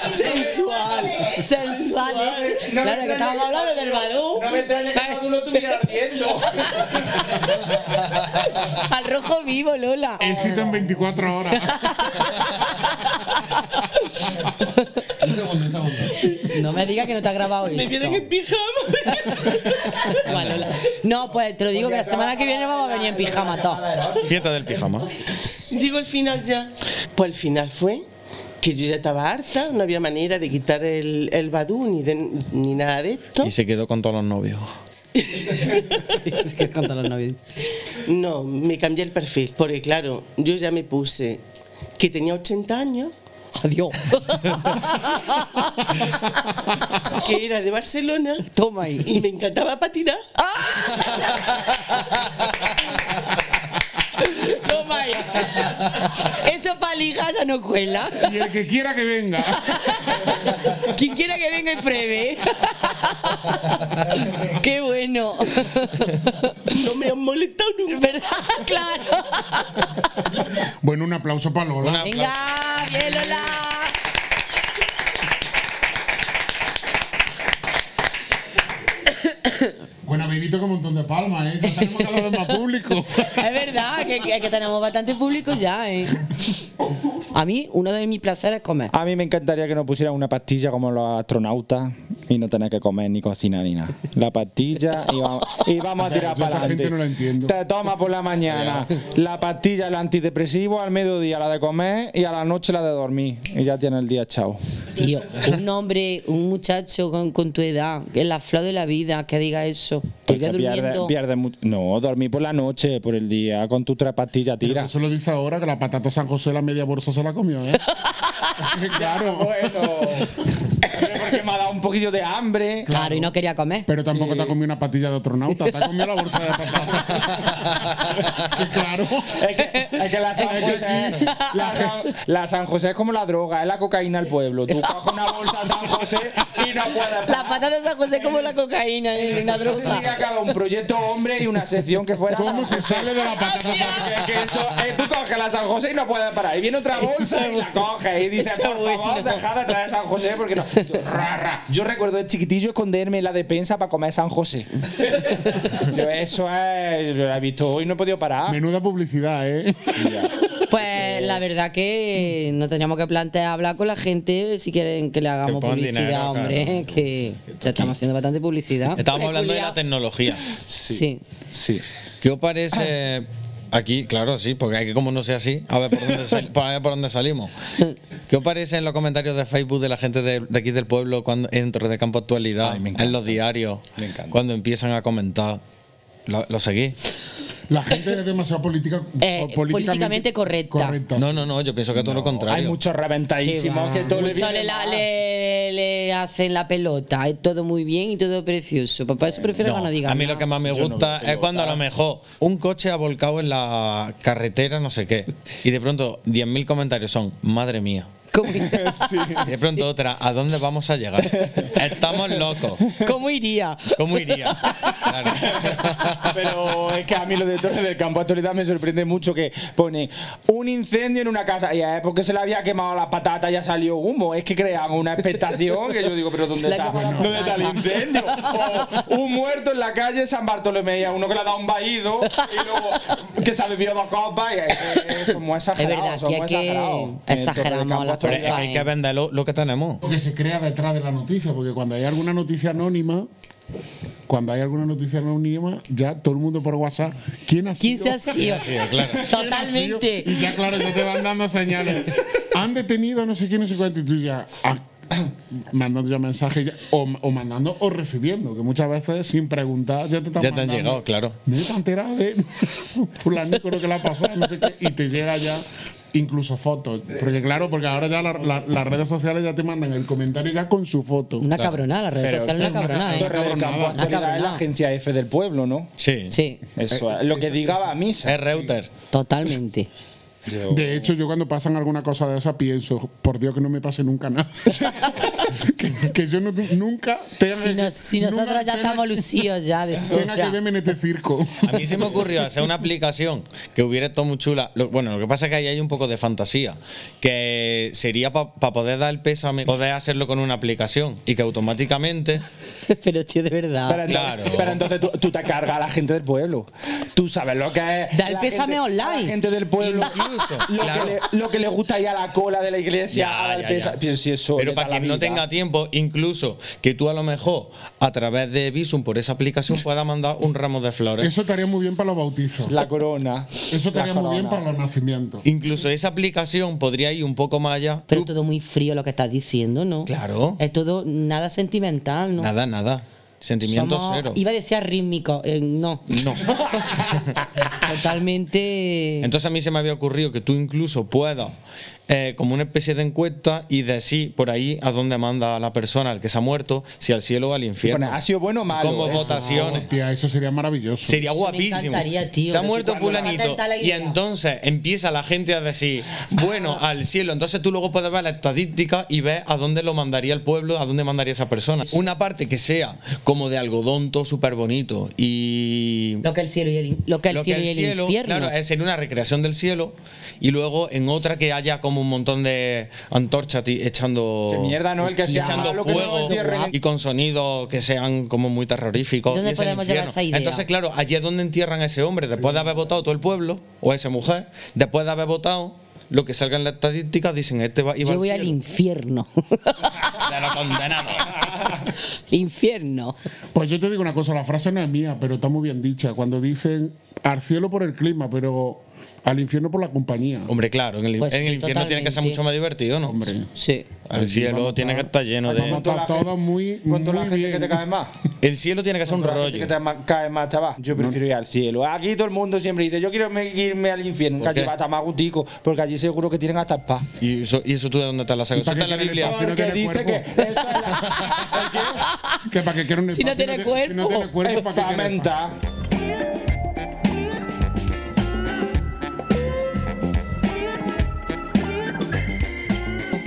Speaker 2: Sensual.
Speaker 3: Sensuales.
Speaker 5: No me
Speaker 3: Claro, que
Speaker 5: extraña
Speaker 3: estábamos
Speaker 5: que-
Speaker 3: hablando del balón.
Speaker 5: No me extraña que el módulo estuviera ardiendo.
Speaker 3: Al rojo vivo, Lola.
Speaker 4: Éxito en 24 horas.
Speaker 1: Un segundo, un segundo.
Speaker 3: No me digas que no te ha grabado
Speaker 2: Me
Speaker 3: eso.
Speaker 2: tienen en pijama.
Speaker 3: Vale, Lola. No, pues te lo digo que la semana que viene vamos a venir en pijama todos.
Speaker 1: Fiesta del pijama.
Speaker 2: Digo el final ya. Pues el final fue que yo ya estaba harta, no había manera de quitar el, el badú ni, de- ni nada de esto.
Speaker 1: Y se quedó con todos los novios.
Speaker 3: Es que contra los novios.
Speaker 2: No, me cambié el perfil, porque claro, yo ya me puse que tenía 80 años,
Speaker 3: Adiós.
Speaker 2: que era de Barcelona
Speaker 3: Toma ahí.
Speaker 2: y me encantaba patinar.
Speaker 3: Toma ahí. Eso para ligar ya no cuela.
Speaker 4: Y el que quiera que venga.
Speaker 3: Quien quiera que venga y pruebe. Qué bueno.
Speaker 2: No me han molestado nunca.
Speaker 3: ¿Verdad? Claro.
Speaker 4: Bueno, un aplauso para Lola.
Speaker 1: Una-
Speaker 3: Venga, bien, Lola.
Speaker 4: Bueno, habéis visto que un montón de palmas, ¿eh? Ya tenemos cada vez más público.
Speaker 3: Es verdad que, que- que tenemos bastante público ya, ¿eh? A mí, uno de mis placeres es comer.
Speaker 5: A mí me encantaría que nos pusieran una pastilla como los astronautas y no tener que comer ni cocinar ni nada. La pastilla y vamos, y vamos a tirar
Speaker 4: Yo esta
Speaker 5: para
Speaker 4: gente no la
Speaker 5: adelante.
Speaker 4: entiendo.
Speaker 5: Te toma por la mañana la pastilla, el antidepresivo, al mediodía la de comer y a la noche la de dormir. Y ya tiene el día chao.
Speaker 3: Tío, un hombre, un muchacho con, con tu edad, en la flor de la vida, que diga eso. Todo el día
Speaker 5: Porque pierde,
Speaker 3: durmiendo.
Speaker 5: pierde mu- no, dormir por la noche, por el día, con tus tres pastillas,
Speaker 4: Pero
Speaker 5: tira.
Speaker 4: Eso lo dice ahora que la patata San José, la media bolsa se la comió, ¿eh?
Speaker 5: Ah,
Speaker 4: claro.
Speaker 5: Pero porque me ha dado un poquillo de hambre.
Speaker 3: Claro, y no quería comer.
Speaker 4: Pero tampoco te ha comido una patilla de astronauta, te ha comido la bolsa de patata. Que claro.
Speaker 5: Es que, es que la San José, la San, la San José es como la droga, es la cocaína al pueblo. Tú coges una bolsa San José y no puedes.
Speaker 3: La patata de San José como la cocaína en la droga.
Speaker 5: Tenía que haber un proyecto hombre y una sección que fuera.
Speaker 4: ¿Cómo se sale de la patata?
Speaker 5: Que- que eso, eh, tú coges la San José y no puedes parar. Y viene otra bolsa y la coges y dices,
Speaker 3: Eso
Speaker 5: por favor,
Speaker 3: bueno.
Speaker 5: dejad de traer San José porque no. Yo, ra, ra. Yo recuerdo de chiquitillo esconderme en la despensa para comer San José. Yo, eso es, yo lo he visto hoy, no he podido parar.
Speaker 4: Menuda publicidad, ¿eh?
Speaker 3: Pues la verdad que nos teníamos que plantear hablar con la gente si quieren que le hagamos
Speaker 1: pongan
Speaker 3: publicidad,
Speaker 1: dinero,
Speaker 3: hombre.
Speaker 1: claro.
Speaker 3: Que ya estamos haciendo bastante publicidad.
Speaker 1: Estábamos hablando de la
Speaker 3: Peculiar.
Speaker 1: tecnología.
Speaker 3: Sí.
Speaker 5: Sí.
Speaker 1: ¿Qué os parece? Aquí, claro, sí, porque aquí como no sea así, a ver por dónde, sal- a ver por dónde salimos. ¿Qué os parece en los comentarios de Facebook de la gente de, de aquí del pueblo cuando, en Torre de Campo Actualidad,
Speaker 5: Ay, me encanta.
Speaker 1: en los diarios,
Speaker 5: Me encanta.
Speaker 1: cuando empiezan a comentar? ¿Lo, lo seguís?
Speaker 4: La gente es demasiado política,
Speaker 3: Eh, políticamente correcta.
Speaker 1: No, no, no, yo pienso que todo lo contrario.
Speaker 5: Hay muchos reventadísimos que todo le
Speaker 3: Muchos
Speaker 5: viene
Speaker 3: le, la-
Speaker 5: mal.
Speaker 3: le- le hacen la pelota. Es todo muy bien y todo precioso. Papá, eso prefiero
Speaker 1: No,
Speaker 3: que no diga
Speaker 1: a mí
Speaker 3: nada.
Speaker 1: lo que más me
Speaker 5: Yo no
Speaker 1: gusta
Speaker 5: veo
Speaker 1: es cuando a lo mejor un coche ha volcado en la carretera, no sé qué, y de pronto 10.000 comentarios son, madre mía.
Speaker 3: ¿Cómo, iría?
Speaker 1: Y de pronto otra, ¿a dónde vamos a llegar? Estamos locos.
Speaker 3: ¿Cómo iría?
Speaker 1: ¿Cómo iría? Claro.
Speaker 5: Pero es que a mí lo de Torre del Campo Actualidad me sorprende mucho que pone un incendio en una casa y es porque se le había quemado la patata ya salió humo. Es que crean una expectación que yo digo, pero
Speaker 3: Se
Speaker 5: ¿dónde
Speaker 3: le
Speaker 5: está,
Speaker 3: quemó la
Speaker 5: ¿dónde está el
Speaker 3: patata.
Speaker 5: incendio? O un muerto en la calle San Bartolomé, y a uno que le ha dado un vaído y luego que se ha bebido dos copas y eh, es que somos exagerados.
Speaker 3: Es verdad,
Speaker 5: somos
Speaker 3: aquí hay que
Speaker 5: exagerados. En Torre del
Speaker 3: exageramos
Speaker 5: Campo
Speaker 3: las
Speaker 1: Pero
Speaker 5: Actualidad.
Speaker 1: es que hay que vender lo, lo que tenemos.
Speaker 4: Lo que se crea detrás de la noticia, porque cuando hay alguna noticia anónima, cuando hay alguna noticia anónima, ya todo el mundo por WhatsApp, ¿quién ha sido?
Speaker 3: ¿Quién se ha sido?
Speaker 1: sido, claro.
Speaker 4: ¿Quién ha sido?
Speaker 3: Totalmente.
Speaker 4: Y ya, claro, ya te van dando señales. Han detenido no sé quién, no sé cuánto, y tú ya. ah, mandando ya mensajes, ya- o, o mandando o recibiendo, que muchas veces sin preguntar ya te están
Speaker 1: Ya te han
Speaker 4: mandando.
Speaker 1: llegado, claro.
Speaker 4: Me he enterado de fulano con lo que le ha pasado, no sé qué, y te llega ya incluso fotos. Porque claro, porque ahora ya la- la- las redes sociales ya te mandan el comentario ya con su foto.
Speaker 3: Una cabronada, la red
Speaker 5: Pero-
Speaker 3: social, una cabronada, ¿eh?
Speaker 5: Torre del Campo
Speaker 4: Una
Speaker 5: Actualidad es la
Speaker 3: cabronada.
Speaker 5: agencia F del pueblo, ¿no?
Speaker 1: Sí.
Speaker 3: Sí,
Speaker 1: Eh,
Speaker 5: Eso es lo que diga va a misa.
Speaker 1: Es Reuter.
Speaker 3: totalmente.
Speaker 5: Oh.
Speaker 4: De hecho, yo cuando pasan alguna cosa de esa pienso, por Dios que no me pase nunca nada. que, que yo no- nunca tenga
Speaker 3: Si, nos- si
Speaker 4: nunca
Speaker 3: nosotros ya
Speaker 4: tenga-
Speaker 3: estamos lucidos ya de
Speaker 4: tenga que
Speaker 3: sobra.
Speaker 4: verme en este circo.
Speaker 1: A mí se me ocurrió hacer una aplicación que hubiera estado muy chula. Lo- bueno, lo que pasa es que ahí hay un poco de fantasía. Que sería para poder dar el pésame, poder hacerlo con una aplicación y que automáticamente.
Speaker 3: Pero tío, de verdad.
Speaker 5: Pero entonces,
Speaker 1: Claro.
Speaker 5: pero entonces tú, tú te cargas a la gente del pueblo. Tú sabes lo que es.
Speaker 3: Da el
Speaker 5: la
Speaker 3: pésame
Speaker 5: gente-
Speaker 3: online.
Speaker 5: La gente del pueblo.
Speaker 1: Incluso,
Speaker 5: Pues Lo,
Speaker 1: claro.
Speaker 5: que le, lo que le gusta ir a la cola de la iglesia.
Speaker 1: Ya,
Speaker 5: a dar el
Speaker 1: ya,
Speaker 5: pésame.
Speaker 1: ya.
Speaker 5: Pero si eso
Speaker 1: Pero
Speaker 5: le
Speaker 1: para
Speaker 5: da la
Speaker 1: quien no
Speaker 5: vida.
Speaker 1: tenga tiempo, incluso que tú a lo mejor a través de Visum por esa aplicación puedas mandar un ramo de flores.
Speaker 4: Eso estaría muy bien para los bautizos.
Speaker 5: La corona.
Speaker 4: Eso estaría
Speaker 5: La
Speaker 4: muy bien
Speaker 5: corona.
Speaker 4: para los nacimientos.
Speaker 1: Incluso esa aplicación podría ir un poco más allá.
Speaker 3: Pero
Speaker 1: Tú-
Speaker 3: todo muy frío lo que estás diciendo, ¿no?
Speaker 1: Claro.
Speaker 3: Es todo nada sentimental, ¿no?
Speaker 1: Nada, nada. Sentimiento
Speaker 3: Somos-
Speaker 1: cero.
Speaker 3: Iba a decir rítmico, eh, no.
Speaker 1: No.
Speaker 3: Totalmente.
Speaker 1: Entonces a mí se me había ocurrido que tú incluso puedas, eh, como una especie de encuesta, y decir por ahí a dónde manda la persona, al que se ha muerto, si al cielo o al infierno.
Speaker 5: Bueno, ¿ha sido bueno o malo
Speaker 1: Como
Speaker 5: eso?
Speaker 1: votaciones.
Speaker 4: Hostia, eso sería maravilloso.
Speaker 1: Sería
Speaker 3: Eso me
Speaker 1: guapísimo.
Speaker 3: encantaría, tío.
Speaker 1: Se ha
Speaker 3: Pero
Speaker 1: muerto
Speaker 3: si cuando-
Speaker 1: fulanito.
Speaker 3: Atenta a la
Speaker 1: Y
Speaker 3: idea.
Speaker 1: entonces empieza la gente a decir, bueno, al cielo. Entonces tú luego puedes ver la estadística y ver a dónde lo mandaría el pueblo, a dónde mandaría esa persona. Una parte que sea como de algodón, todo súper bonito. Y
Speaker 3: Lo que el cielo y el, in- lo que el,
Speaker 1: lo que
Speaker 3: cielo y el infierno.
Speaker 1: Claro, es en una recreación del cielo y luego en otra que haya como un montón de antorchas ti- echando.
Speaker 5: Qué mierda, ¿no? El que sea
Speaker 1: echando
Speaker 5: malo, que no
Speaker 1: fuego
Speaker 5: entierren en-
Speaker 1: y con sonidos que sean como muy terroríficos.
Speaker 3: ¿Dónde
Speaker 1: y es el
Speaker 3: podemos llevar
Speaker 1: infierno.
Speaker 3: esa idea?
Speaker 1: Entonces, claro, allí es donde entierran a ese hombre, después de haber votado todo el pueblo o a esa mujer, después de haber votado. Lo que salga en las estadísticas dicen, este va, iba
Speaker 3: Yo voy al
Speaker 1: cielo.
Speaker 3: infierno.
Speaker 1: De los condenados.
Speaker 3: infierno.
Speaker 4: Pues yo te digo una cosa, la frase no es mía, pero está muy bien dicha. Cuando dicen al cielo por el clima, pero al infierno por la compañía.
Speaker 1: Hombre, claro, en el,
Speaker 3: Pues
Speaker 1: en el
Speaker 3: sí,
Speaker 1: infierno tiene que ser
Speaker 3: totalmente.
Speaker 1: mucho más divertido, ¿no?
Speaker 4: Hombre. pues
Speaker 3: Sí.
Speaker 1: El cielo tiene que estar lleno de.
Speaker 4: Vamos a estar
Speaker 5: Con toda la
Speaker 4: todos muy,
Speaker 5: Con toda la
Speaker 4: muy
Speaker 5: gente que te
Speaker 4: bien.
Speaker 5: cae más.
Speaker 1: El cielo tiene que ser un
Speaker 5: Con toda la gente
Speaker 1: rollo.
Speaker 5: que te ma- cae más, chaval. Yo prefiero ir al cielo. Aquí todo el mundo siempre dice, yo quiero me- irme al infierno, que
Speaker 1: ¿Por
Speaker 5: allí
Speaker 1: qué?
Speaker 5: va a estar más gutico, porque allí seguro que tienen hasta paz.
Speaker 1: ¿Y eso, ¿Y eso tú de dónde te la
Speaker 4: ¿Y
Speaker 1: sacas? Eso
Speaker 4: para
Speaker 1: está en
Speaker 4: qué
Speaker 1: la
Speaker 4: quieren
Speaker 1: Biblia.
Speaker 4: el pavo?
Speaker 5: Porque
Speaker 4: tiene
Speaker 5: dice que
Speaker 4: cuerpo.
Speaker 5: eso es la-
Speaker 4: Que para que quiera un
Speaker 3: Si no
Speaker 4: espacio,
Speaker 3: tiene
Speaker 4: te- Si
Speaker 3: cuerpo.
Speaker 4: no tiene cuerpo,
Speaker 5: el que
Speaker 4: ¿para qué
Speaker 5: pa'
Speaker 4: quiere?
Speaker 5: mentar.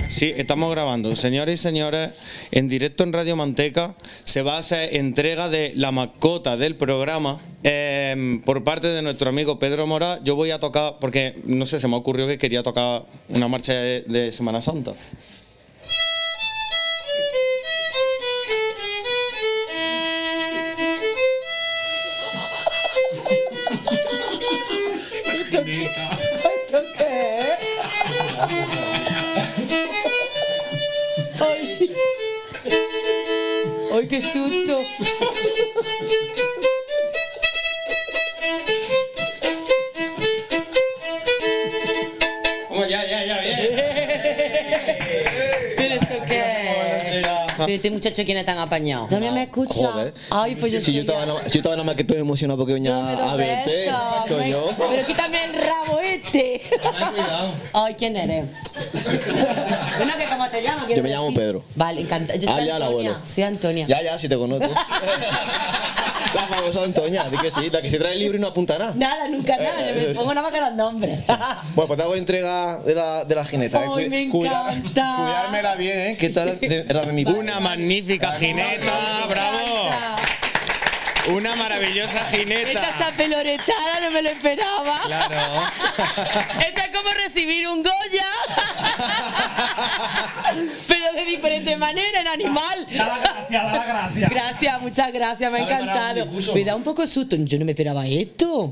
Speaker 1: Sí, estamos grabando. Señores y señores, en directo en Radio Manteca se va a hacer entrega de la mascota del programa eh, por parte de nuestro amigo Pedro Mora. Yo voy a tocar, porque no sé, se me ocurrió que quería tocar una marcha de, de Semana Santa.
Speaker 3: ¿Esto qué es? ¡Ay! ¡Ay, qué susto!
Speaker 1: Vamos, ya, ya, ya, bien.
Speaker 3: ¿Pero esto qué es? Pero este muchacho, ¿quién es tan apañado? También me escucha.
Speaker 6: Joder.
Speaker 3: Ay, pues yo
Speaker 6: Si yo
Speaker 3: soy
Speaker 6: estaba, nada, yo estaba nada más que estoy emocionado porque venía
Speaker 3: Dame dos
Speaker 6: a verte.
Speaker 3: besos,
Speaker 6: Coño.
Speaker 3: me- Pero quítame el rabo este. Ay, ¿quién eres? bueno, que cómo te llamo.
Speaker 6: Yo me llamo Pedro.
Speaker 3: Vale, encantado. Yo
Speaker 6: Ah,
Speaker 3: soy
Speaker 6: ya, el
Speaker 3: Antonia.
Speaker 6: abuelo.
Speaker 3: Soy Antonia.
Speaker 6: Ya, ya, si te conozco. la famosa Antonia, di que sí, la que se trae el libro y no apunta nada.
Speaker 3: Nada, nunca nada.
Speaker 6: Eh,
Speaker 3: me
Speaker 6: eh,
Speaker 3: pongo nada más que los nombres.
Speaker 6: Bueno, pues te hago entrega de la, de la jineta. eh.
Speaker 3: Ay, me
Speaker 6: cuida-
Speaker 3: encanta.
Speaker 6: Cuidármela bien, ¿eh? Que esta era de, era de mi
Speaker 1: Una magnífica jineta, bravo. Una maravillosa
Speaker 3: Esta
Speaker 1: jineta.
Speaker 3: sapeloretada no me lo esperaba.
Speaker 1: Claro.
Speaker 3: Esto es como recibir un Goya. Pero de diferente manera, en animal. gracias, muchas gracias, me ha encantado. me da un poco de susto. Yo no me esperaba esto.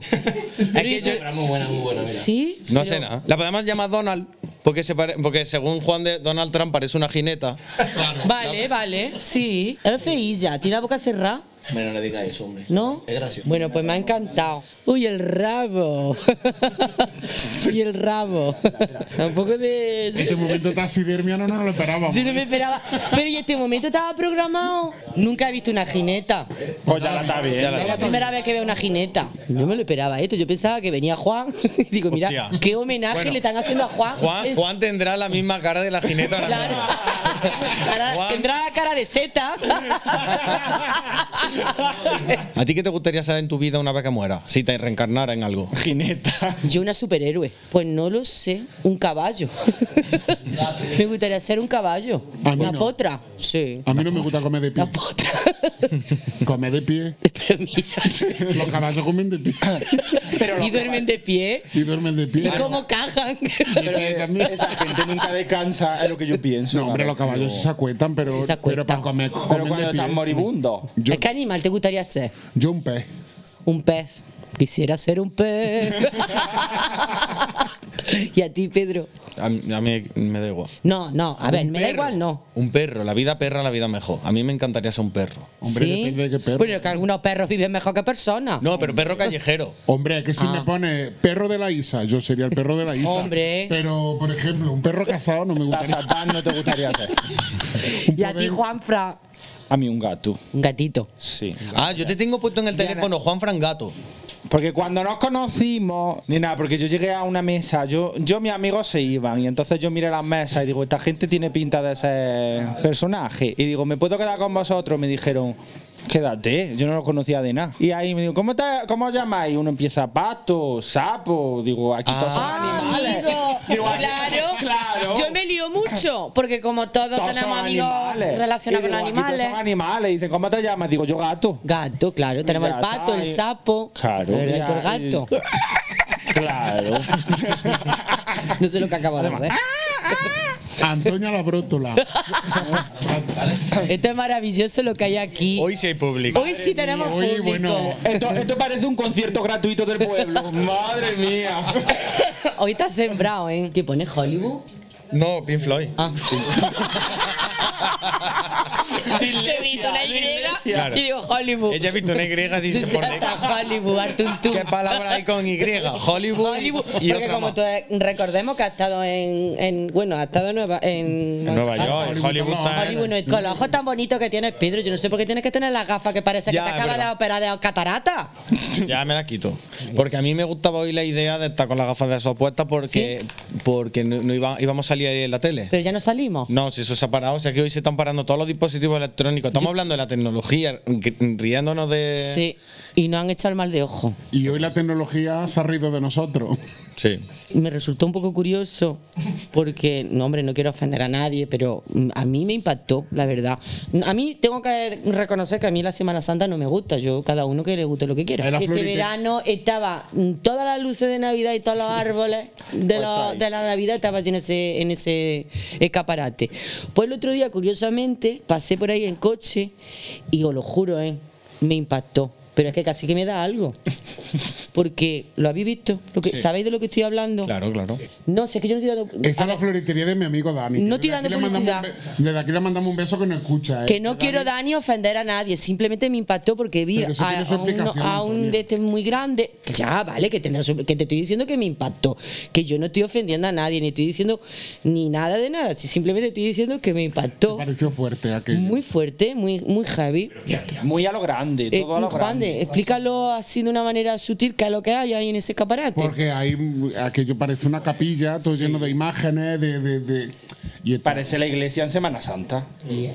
Speaker 1: Es que yo-
Speaker 6: Muy buena, muy buena.
Speaker 3: Sí.
Speaker 1: No
Speaker 3: pero-
Speaker 1: hace nada. La podemos llamar Donald, porque, se pare- porque según Juan de Donald Trump parece una jineta.
Speaker 3: Vale, vale. Sí. Es feilla. Tiene la boca cerrada.
Speaker 6: Bueno, no digas eso, hombre.
Speaker 3: ¿No?
Speaker 6: Es gracioso.
Speaker 3: Bueno, pues me ha encantado. Uy, el rabo. Uy, el rabo. Un poco
Speaker 4: Este
Speaker 3: de.
Speaker 4: momento taxidermia no nos lo esperábamos.
Speaker 3: Yo no
Speaker 1: ¿eh?
Speaker 3: me esperaba. Pero y este momento estaba programado. Nunca he visto una jineta.
Speaker 5: Pues ya la está bien.
Speaker 1: Ya la
Speaker 3: Es la
Speaker 1: está.
Speaker 3: primera vez que veo una jineta. No me lo esperaba esto. Yo pensaba que venía Juan. Y digo, mira,
Speaker 1: Hostia.
Speaker 3: qué homenaje
Speaker 1: Bueno.
Speaker 3: le están haciendo a Juan.
Speaker 1: Juan,
Speaker 3: Es-
Speaker 1: Juan tendrá la misma cara de la jineta ahora
Speaker 3: Claro.
Speaker 1: mismo.
Speaker 3: Ahora
Speaker 1: Juan-
Speaker 3: Tendrá cara de seta.
Speaker 1: ¿A ti qué te gustaría ser en tu vida una vez que muera? Si te reencarnara en algo.
Speaker 5: Jineta.
Speaker 3: Yo una superhéroe. Pues no lo sé. Un caballo. me gustaría ser un caballo.
Speaker 4: Ah,
Speaker 3: Una
Speaker 4: bueno.
Speaker 3: potra. Sí.
Speaker 4: A mí no me gusta comer de pie.
Speaker 3: Una potra.
Speaker 4: Comer de pie.
Speaker 3: Pero mira.
Speaker 4: Los caballos comen de pie.
Speaker 5: Pero
Speaker 3: Y duermen de pie.
Speaker 4: Y duermen de pie.
Speaker 3: ¿Y cómo cajan?
Speaker 5: Pero
Speaker 4: también.
Speaker 5: esa gente nunca descansa, es lo que yo pienso.
Speaker 4: No, hombre, los caballos se acuestan, pero,
Speaker 3: Sí se
Speaker 4: pero
Speaker 3: acuestan.
Speaker 4: para comer,
Speaker 5: Pero
Speaker 4: comen
Speaker 5: cuando
Speaker 4: de pie.
Speaker 5: estás moribundo.
Speaker 4: Yo,
Speaker 3: ¿Qué animal te gustaría ser?
Speaker 4: yo un pez.
Speaker 3: Un pez. Quisiera ser un pez. ¿Y a ti, Pedro?
Speaker 1: A, mí- a mí me da igual.
Speaker 3: No, no. A ver,
Speaker 1: Un
Speaker 3: me da
Speaker 1: perro.
Speaker 3: igual, no.
Speaker 1: Un perro, la vida perra, la vida mejor. A mí me encantaría ser un perro.
Speaker 4: Hombre,
Speaker 3: ¿Sí?
Speaker 4: depende de qué perro.
Speaker 3: Bueno, que algunos perros viven mejor que personas.
Speaker 1: No, pero perro callejero.
Speaker 4: Hombre, que si
Speaker 3: Ah.
Speaker 4: me pone perro de la Isa, yo sería el perro de la Isa.
Speaker 3: Hombre.
Speaker 4: Pero, por ejemplo, un perro cazado no me
Speaker 5: La
Speaker 4: gusta.
Speaker 5: satán no te gustaría hacer.
Speaker 3: Y a ti, Juanfra,
Speaker 5: A mí un gato.
Speaker 3: un gatito.
Speaker 5: Sí.
Speaker 1: Ah, yo te tengo puesto en el teléfono Juan Frangato.
Speaker 5: Porque cuando nos conocimos, ni nada, porque yo llegué a una mesa, yo, yo mis amigos se iban y entonces yo miré las mesas y digo, esta gente tiene pinta de ser personaje. Y digo, ¿me puedo quedar con vosotros? Me dijeron, quédate, yo no los conocía de nada. Y ahí me digo, ¿cómo, te, cómo os llamáis? Uno empieza pato, sapo, digo, aquí todos son
Speaker 3: Ah,
Speaker 5: animales.
Speaker 3: amigo,
Speaker 5: Digo, aquí-
Speaker 3: claro,
Speaker 5: claro.
Speaker 3: Yo me lío mucho, porque como todos,
Speaker 5: Todos son
Speaker 3: tenemos amigos
Speaker 5: animales.
Speaker 3: relacionados
Speaker 5: Y digo,
Speaker 3: con
Speaker 5: aquí todos
Speaker 3: animales.
Speaker 5: son animales. Y dicen, ¿cómo te llamas? Digo, yo gato.
Speaker 3: Gato, claro, tenemos
Speaker 5: Ya
Speaker 3: el pato,
Speaker 5: está,
Speaker 3: el
Speaker 5: y-
Speaker 3: sapo.
Speaker 5: Claro.
Speaker 3: ¿verdad? Y
Speaker 5: ya,
Speaker 3: tú el gato.
Speaker 5: y- Claro.
Speaker 3: No sé lo que acabo de hacer.
Speaker 4: Antonia la brótola.
Speaker 3: Esto es maravilloso lo que hay aquí. Hoy,
Speaker 1: sí hay público.
Speaker 3: sí tenemos
Speaker 4: mía, hoy,
Speaker 3: público.
Speaker 4: bueno.
Speaker 5: Esto, esto parece un concierto gratuito del pueblo. Madre mía.
Speaker 3: Hoy está sembrado, ¿eh? ¿Qué pone Hollywood?
Speaker 1: No, Pink Floyd.
Speaker 3: Ah.
Speaker 5: Iglesia,
Speaker 3: Te he visto una Y
Speaker 5: iglesia.
Speaker 1: Claro.
Speaker 3: y digo Hollywood.
Speaker 1: Ella ha visto una Y, dice por
Speaker 3: Hasta Hollywood, Artuntún.
Speaker 1: ¿Qué palabra hay con Y? Hollywood,
Speaker 3: Hollywood,
Speaker 1: y
Speaker 3: porque
Speaker 1: otra
Speaker 3: como
Speaker 1: más.
Speaker 3: tú- eh, recordemos que ha estado en, en- bueno, ha estado en Nueva en, Ah,
Speaker 1: En Nueva York, en
Speaker 4: Hollywood
Speaker 1: Hollywood
Speaker 4: no,
Speaker 1: está-
Speaker 3: Hollywood no, y con los ojos tan bonitos que tienes, Pedro, yo no sé por qué tienes que tener las gafas que parece
Speaker 1: Ya,
Speaker 3: que te
Speaker 1: es
Speaker 3: acabas de
Speaker 1: verdad.
Speaker 3: operar de catarata.
Speaker 1: Ya me la quito. Porque a mí me gustaba hoy la idea de estar con las gafas de sopuesta porque, porque no, no iba- íbamos a salir ahí en la tele.
Speaker 3: Pero ya no salimos.
Speaker 1: No, si eso se ha parado, o sea que hoy se están parando todos los dispositivos electrónicos. Estamos hablando de la tecnología, gr- riéndonos de.
Speaker 3: Sí, y no han echado el mal de ojo.
Speaker 4: Y hoy la tecnología se ha reído de nosotros.
Speaker 1: Sí.
Speaker 3: Me resultó un poco curioso porque, no, hombre, no quiero ofender a nadie, pero mm, a mí me impactó, la verdad. A mí tengo que reconocer que a mí la Semana Santa no me gusta, yo cada uno que le guste lo que quiera.
Speaker 4: Era
Speaker 3: Este
Speaker 4: Florite.
Speaker 3: verano estaba mm, todas las luces de Navidad y todos los árboles de, los-
Speaker 5: Puestos ahí.
Speaker 3: de la Navidad estaba así en ese, en ese escaparate. Pues el otro día, curiosamente, pasé por ahí en coche y os lo juro, eh, me impactó. Pero es que casi que me da algo. Porque lo habéis visto, lo que, ¿sabéis de lo que estoy hablando?
Speaker 1: Claro, claro.
Speaker 3: No, sé que yo no estoy dando.
Speaker 4: Esa
Speaker 3: a
Speaker 4: es la
Speaker 3: ver,
Speaker 4: floritería de mi amigo Dani.
Speaker 3: No
Speaker 4: que
Speaker 3: estoy
Speaker 4: desde
Speaker 3: dando
Speaker 4: aquí le mandamos un
Speaker 3: publicidad.
Speaker 4: be- Desde aquí le mandamos un beso que no escucha. ¿eh?
Speaker 3: que no quiero, Dani, ofender a nadie. Simplemente me impactó porque vi a,
Speaker 4: Pero eso tiene su
Speaker 3: a un,
Speaker 4: explicación,
Speaker 3: a un
Speaker 4: Antonio.
Speaker 3: de este muy grande. Ya, vale, que, tendrá su- que te estoy diciendo que me impactó. Que yo no estoy ofendiendo a nadie, ni estoy diciendo ni nada de nada. si Simplemente estoy diciendo que me
Speaker 4: Me
Speaker 3: impactó.
Speaker 4: pareció fuerte aquello.
Speaker 3: Muy fuerte, muy, muy heavy.
Speaker 5: Muy a lo grande,
Speaker 3: Eh,
Speaker 5: todo a lo
Speaker 3: Juan, de,
Speaker 5: grande.
Speaker 3: explícalo así de una manera sutil que es lo que hay ahí en ese escaparate.
Speaker 4: Porque ahí mm, aquello parece una capilla, todo lleno de imágenes, de. de- de- y está-
Speaker 5: Parece la iglesia en Semana Santa.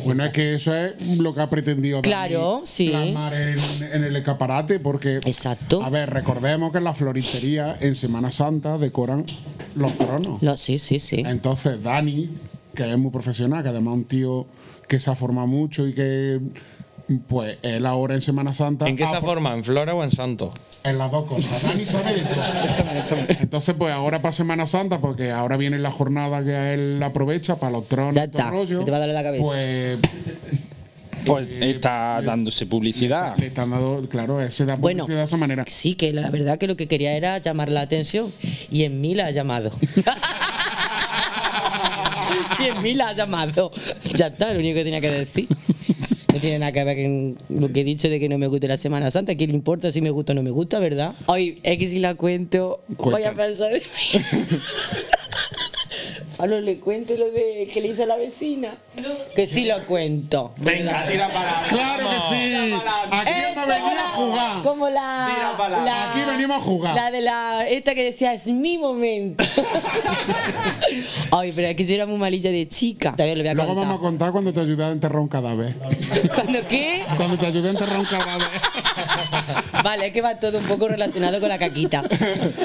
Speaker 4: Bueno, es que eso es lo que ha pretendido Dani
Speaker 3: Claro, sí.
Speaker 4: plasmar en, en el escaparate, porque.
Speaker 3: Exacto.
Speaker 4: A ver, recordemos que en la floristería en Semana Santa decoran los tronos.
Speaker 3: No, sí, sí, sí.
Speaker 4: Entonces, Dani, que es muy profesional, que además es un tío que se ha formado mucho y que. Pues él ahora en Semana Santa.
Speaker 3: Ah,
Speaker 1: ¿En qué se
Speaker 4: ha
Speaker 1: forma? ¿En Flora o en Santo?
Speaker 4: En las dos cosas. Dani sabe de todo. Entonces, pues ahora para Semana Santa, porque ahora viene la jornada que él aprovecha para los tronos.
Speaker 3: Ya
Speaker 4: y todo el
Speaker 3: está,
Speaker 4: rollo,
Speaker 3: que te va a doler la cabeza.
Speaker 4: Pues
Speaker 5: Pues está dándose publicidad.
Speaker 4: le están dando, claro, él se da publicidad
Speaker 3: Bueno.
Speaker 4: de esa manera.
Speaker 3: Sí, que la verdad que lo que quería era llamar la atención. Y en mí la ha llamado. y en mí la ha llamado. Ya está, lo único que tenía que decir. No tiene nada que ver con lo que he dicho de que no me guste la Semana Santa. ¿Qué le importa si me gusta o no me gusta, verdad? Hoy, X si la cuento, voy a
Speaker 4: Cuenta.
Speaker 3: pensar. Pablo, le cuento lo de que le hizo a la vecina. Que sí lo cuento.
Speaker 5: Venga, tira para adelante.
Speaker 4: ¡Claro que sí! Aquí
Speaker 3: Es
Speaker 4: hemos
Speaker 3: como
Speaker 4: venido a
Speaker 3: la-
Speaker 4: jugar.
Speaker 3: Como la,
Speaker 5: Tira para la-
Speaker 4: Aquí venimos a jugar.
Speaker 3: La de la. Esta que decía, es mi momento. Ay, pero es que yo era muy malilla de chica. Todavía lo voy a
Speaker 4: Luego
Speaker 3: contar.
Speaker 4: vamos a contar cuando te ayudé a enterrar un cadáver.
Speaker 3: ¿Cuándo qué?
Speaker 4: Cuando te ayudé a enterrar un cadáver.
Speaker 3: Vale, es que va todo un poco relacionado con la caquita.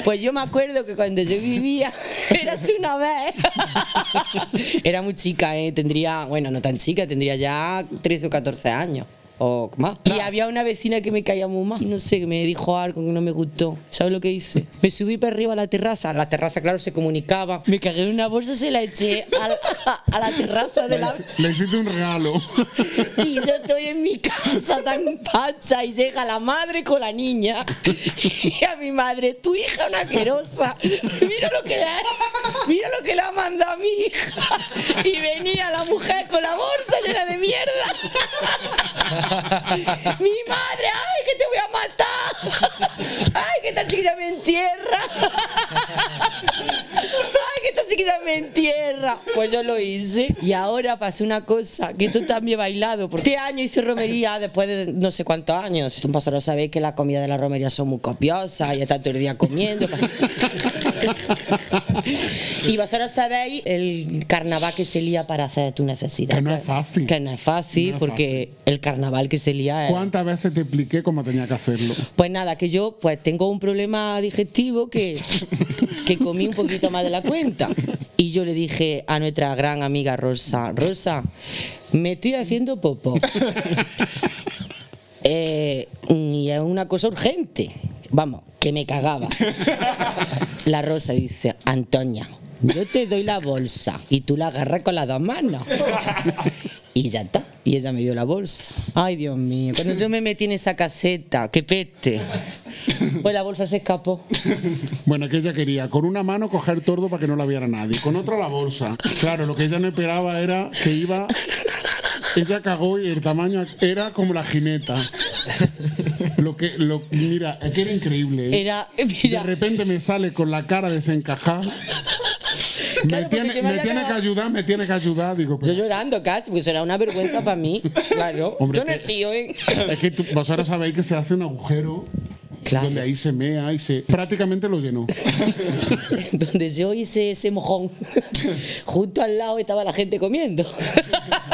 Speaker 3: Pues yo me acuerdo que cuando yo vivía, eras una vez. Era muy chica, ¿eh? tendría, bueno, no tan chica, tendría ya 13 o 14 años. O más. Y había una vecina que me caía muy mal. Y no sé, que me dijo algo que no me gustó. ¿Sabes lo que hice? Me subí para arriba a la terraza. La terraza, claro, se comunicaba. Me cagué en una bolsa y se la eché a la, a la terraza de la
Speaker 4: Le hiciste un regalo.
Speaker 3: y yo estoy en mi casa tan pacha y llega la madre con la niña. Y a mi madre, tu hija es una asquerosa. Mira lo que le ha, mira lo que le ha mandado a mi hija. Y venía la mujer con la bolsa llena de mierda. Mi madre, ay, que te voy a matar. Ay, que esta chiquilla me entierra. Ay, que esta chiquilla me entierra. Pues yo lo hice. Y ahora pasó una cosa, que tú también he bailado. Porque este año hice romería después de no sé cuántos años. Vosotros sabéis que la comida de la romería son muy copiosas y está todo el día comiendo. y vosotros sabéis el carnaval que se lía para hacer tu necesidad.
Speaker 4: Que no es fácil.
Speaker 3: Que no es fácil,
Speaker 4: No es
Speaker 3: porque el carnaval que se lía es...
Speaker 4: ¿Cuántas veces te expliqué cómo tenía que hacerlo?
Speaker 3: Pues nada, que yo pues tengo un problema digestivo que, que comí un poquito más de la cuenta. Y yo le dije a nuestra gran amiga Rosa, Rosa, me estoy haciendo popo. Eh, y es una cosa urgente. Vamos, que me cagaba. La Rosa dice, Antonia, yo te doy la bolsa y tú la agarras con las dos manos. Y ya está. Y ella me dio la bolsa. Ay, Dios mío. Cuando yo me metí en esa caseta, qué peste. Pues la bolsa se escapó.
Speaker 4: Bueno, que ella quería con una mano coger tordo para que no la viera nadie, con otra la bolsa. Claro, lo que ella no esperaba era que iba. Ella cagó y el tamaño era como la jineta. Lo que, lo, mira, es que era increíble. ¿eh?
Speaker 3: Era,
Speaker 4: De
Speaker 3: mira,
Speaker 4: repente me sale con la cara desencajada.
Speaker 3: Claro, porque
Speaker 4: me tiene,
Speaker 3: yo me
Speaker 4: me
Speaker 3: había
Speaker 4: tiene que
Speaker 3: quedado-
Speaker 4: ayudar, me tiene que ayudar. Digo,
Speaker 3: yo
Speaker 4: pero-
Speaker 3: llorando casi, porque eso era una vergüenza para mí. Claro.
Speaker 4: Hombre,
Speaker 3: yo no he
Speaker 4: que-
Speaker 3: sido, ¿eh?
Speaker 4: es que tú- vosotros sabéis que se hace un agujero
Speaker 3: Claro.
Speaker 4: donde ahí se mea y se. Prácticamente lo llenó.
Speaker 3: donde yo hice ese mojón. Justo al lado estaba la gente comiendo.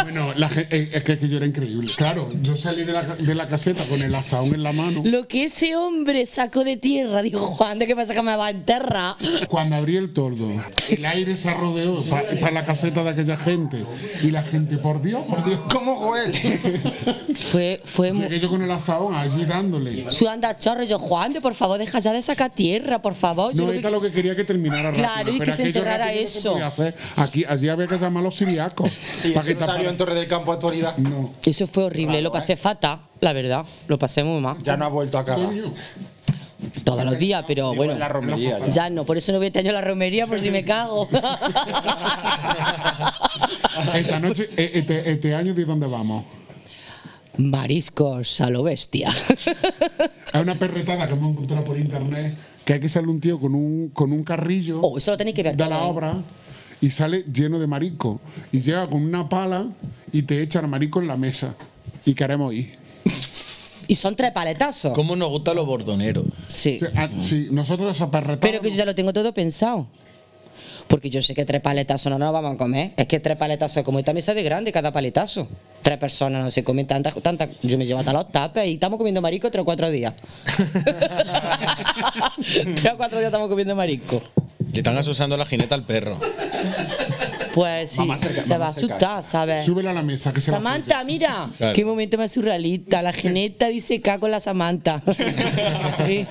Speaker 4: Bueno, la gen- eh, es que, es que yo era increíble. Claro, yo salí de la, ca- de la caseta con el asaón en la mano.
Speaker 3: Lo que ese hombre sacó de tierra, dijo, Juan, ¿de qué pasa que me va a enterrar?
Speaker 4: Cuando abrí el tordo, el aire se rodeó para la caseta de aquella gente. Y la gente, por Dios, por Dios.
Speaker 5: ¿Cómo Joel?
Speaker 3: Fue, fue mu-
Speaker 4: Llegué yo con el asaón allí dándole.
Speaker 3: sudando a chorro. Yo, Juan, de por favor, deja ya de sacar tierra, por favor. Yo
Speaker 4: No,
Speaker 3: lo que-
Speaker 4: esta lo que quería que terminara rápido.
Speaker 3: Claro, y
Speaker 4: pero
Speaker 3: que se
Speaker 4: aquello
Speaker 3: enterrara
Speaker 4: rápido no se
Speaker 3: eso.
Speaker 4: podía hacer. Aquí, allí había que llamar a los siriacos.
Speaker 5: Y
Speaker 4: para
Speaker 5: eso
Speaker 4: que
Speaker 5: no salió en
Speaker 4: taparan.
Speaker 5: Torre del Campo actualidad.
Speaker 4: No.
Speaker 3: Eso fue horrible, lo pasé fatal, la verdad. Lo pasé muy mal.
Speaker 5: Ya no ha vuelto a cagar.
Speaker 4: Coño.
Speaker 3: Todos los días, pero
Speaker 5: Digo,
Speaker 3: bueno.
Speaker 5: en la romería. ya.
Speaker 3: Ya no, por eso no voy este año a la romería por si me cago.
Speaker 4: Esta noche, eh, este, este año, ¿de dónde vamos?
Speaker 3: Mariscos a lo bestia.
Speaker 4: Hay una perretada que hemos encontrado por internet que hay que sale un tío con un, con un carrillo.
Speaker 3: Oh, eso lo tenéis que ver.
Speaker 4: da
Speaker 3: todo,
Speaker 4: la
Speaker 3: ¿eh?
Speaker 4: obra y sale lleno de marisco. Y llega con una pala y te echa el marisco en la mesa. Y queremos ir.
Speaker 3: Y son tres paletazos.
Speaker 1: ¿Cómo nos gusta los bordoneros?
Speaker 3: Sí.
Speaker 4: O sea, ah, sí, nosotros a perretar-
Speaker 3: Pero que yo ya lo tengo todo pensado. Porque yo sé que tres paletazos no nos vamos a comer. Es que tres paletazos es como esta mesa de grande, cada paletazo. Tres personas no se comen tantas. tantas. Yo me llevo hasta los tapes y estamos comiendo marisco tres o cuatro días. tres o cuatro días estamos comiendo marisco.
Speaker 1: Le están asusando la jineta al perro.
Speaker 3: Pues sí,
Speaker 5: Mamá cerca,
Speaker 3: se
Speaker 5: mamá
Speaker 3: va a
Speaker 5: cerca.
Speaker 3: asustar, ¿sabes?
Speaker 4: Súbela a la mesa que se la
Speaker 3: eh, Samantha, mira,
Speaker 1: Claro.
Speaker 3: qué momento más surrealista. La geneta dice K con la Samantha. Sí.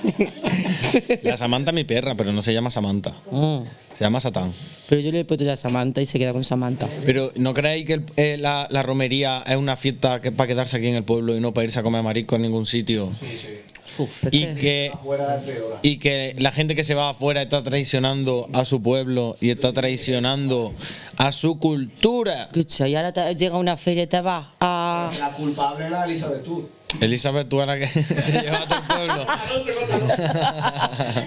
Speaker 1: La Samantha es mi perra, pero no se llama Samantha.
Speaker 3: Mm,
Speaker 1: Se llama Satán.
Speaker 3: Pero yo le he puesto ya Samantha y se queda con Samantha.
Speaker 1: Pero ¿no creéis que el- eh, la, la romería es una fiesta que, para quedarse aquí en el pueblo y no para irse a comer marisco en ningún sitio? Y que, y que la gente que se va afuera está traicionando a su pueblo y está traicionando a su cultura.
Speaker 3: Escucha, y ahora te- llega una feria y te vas a.
Speaker 7: La culpable era Elizabeth Tour.
Speaker 1: Elizabeth, tú ahora que se lleva a todo el pueblo.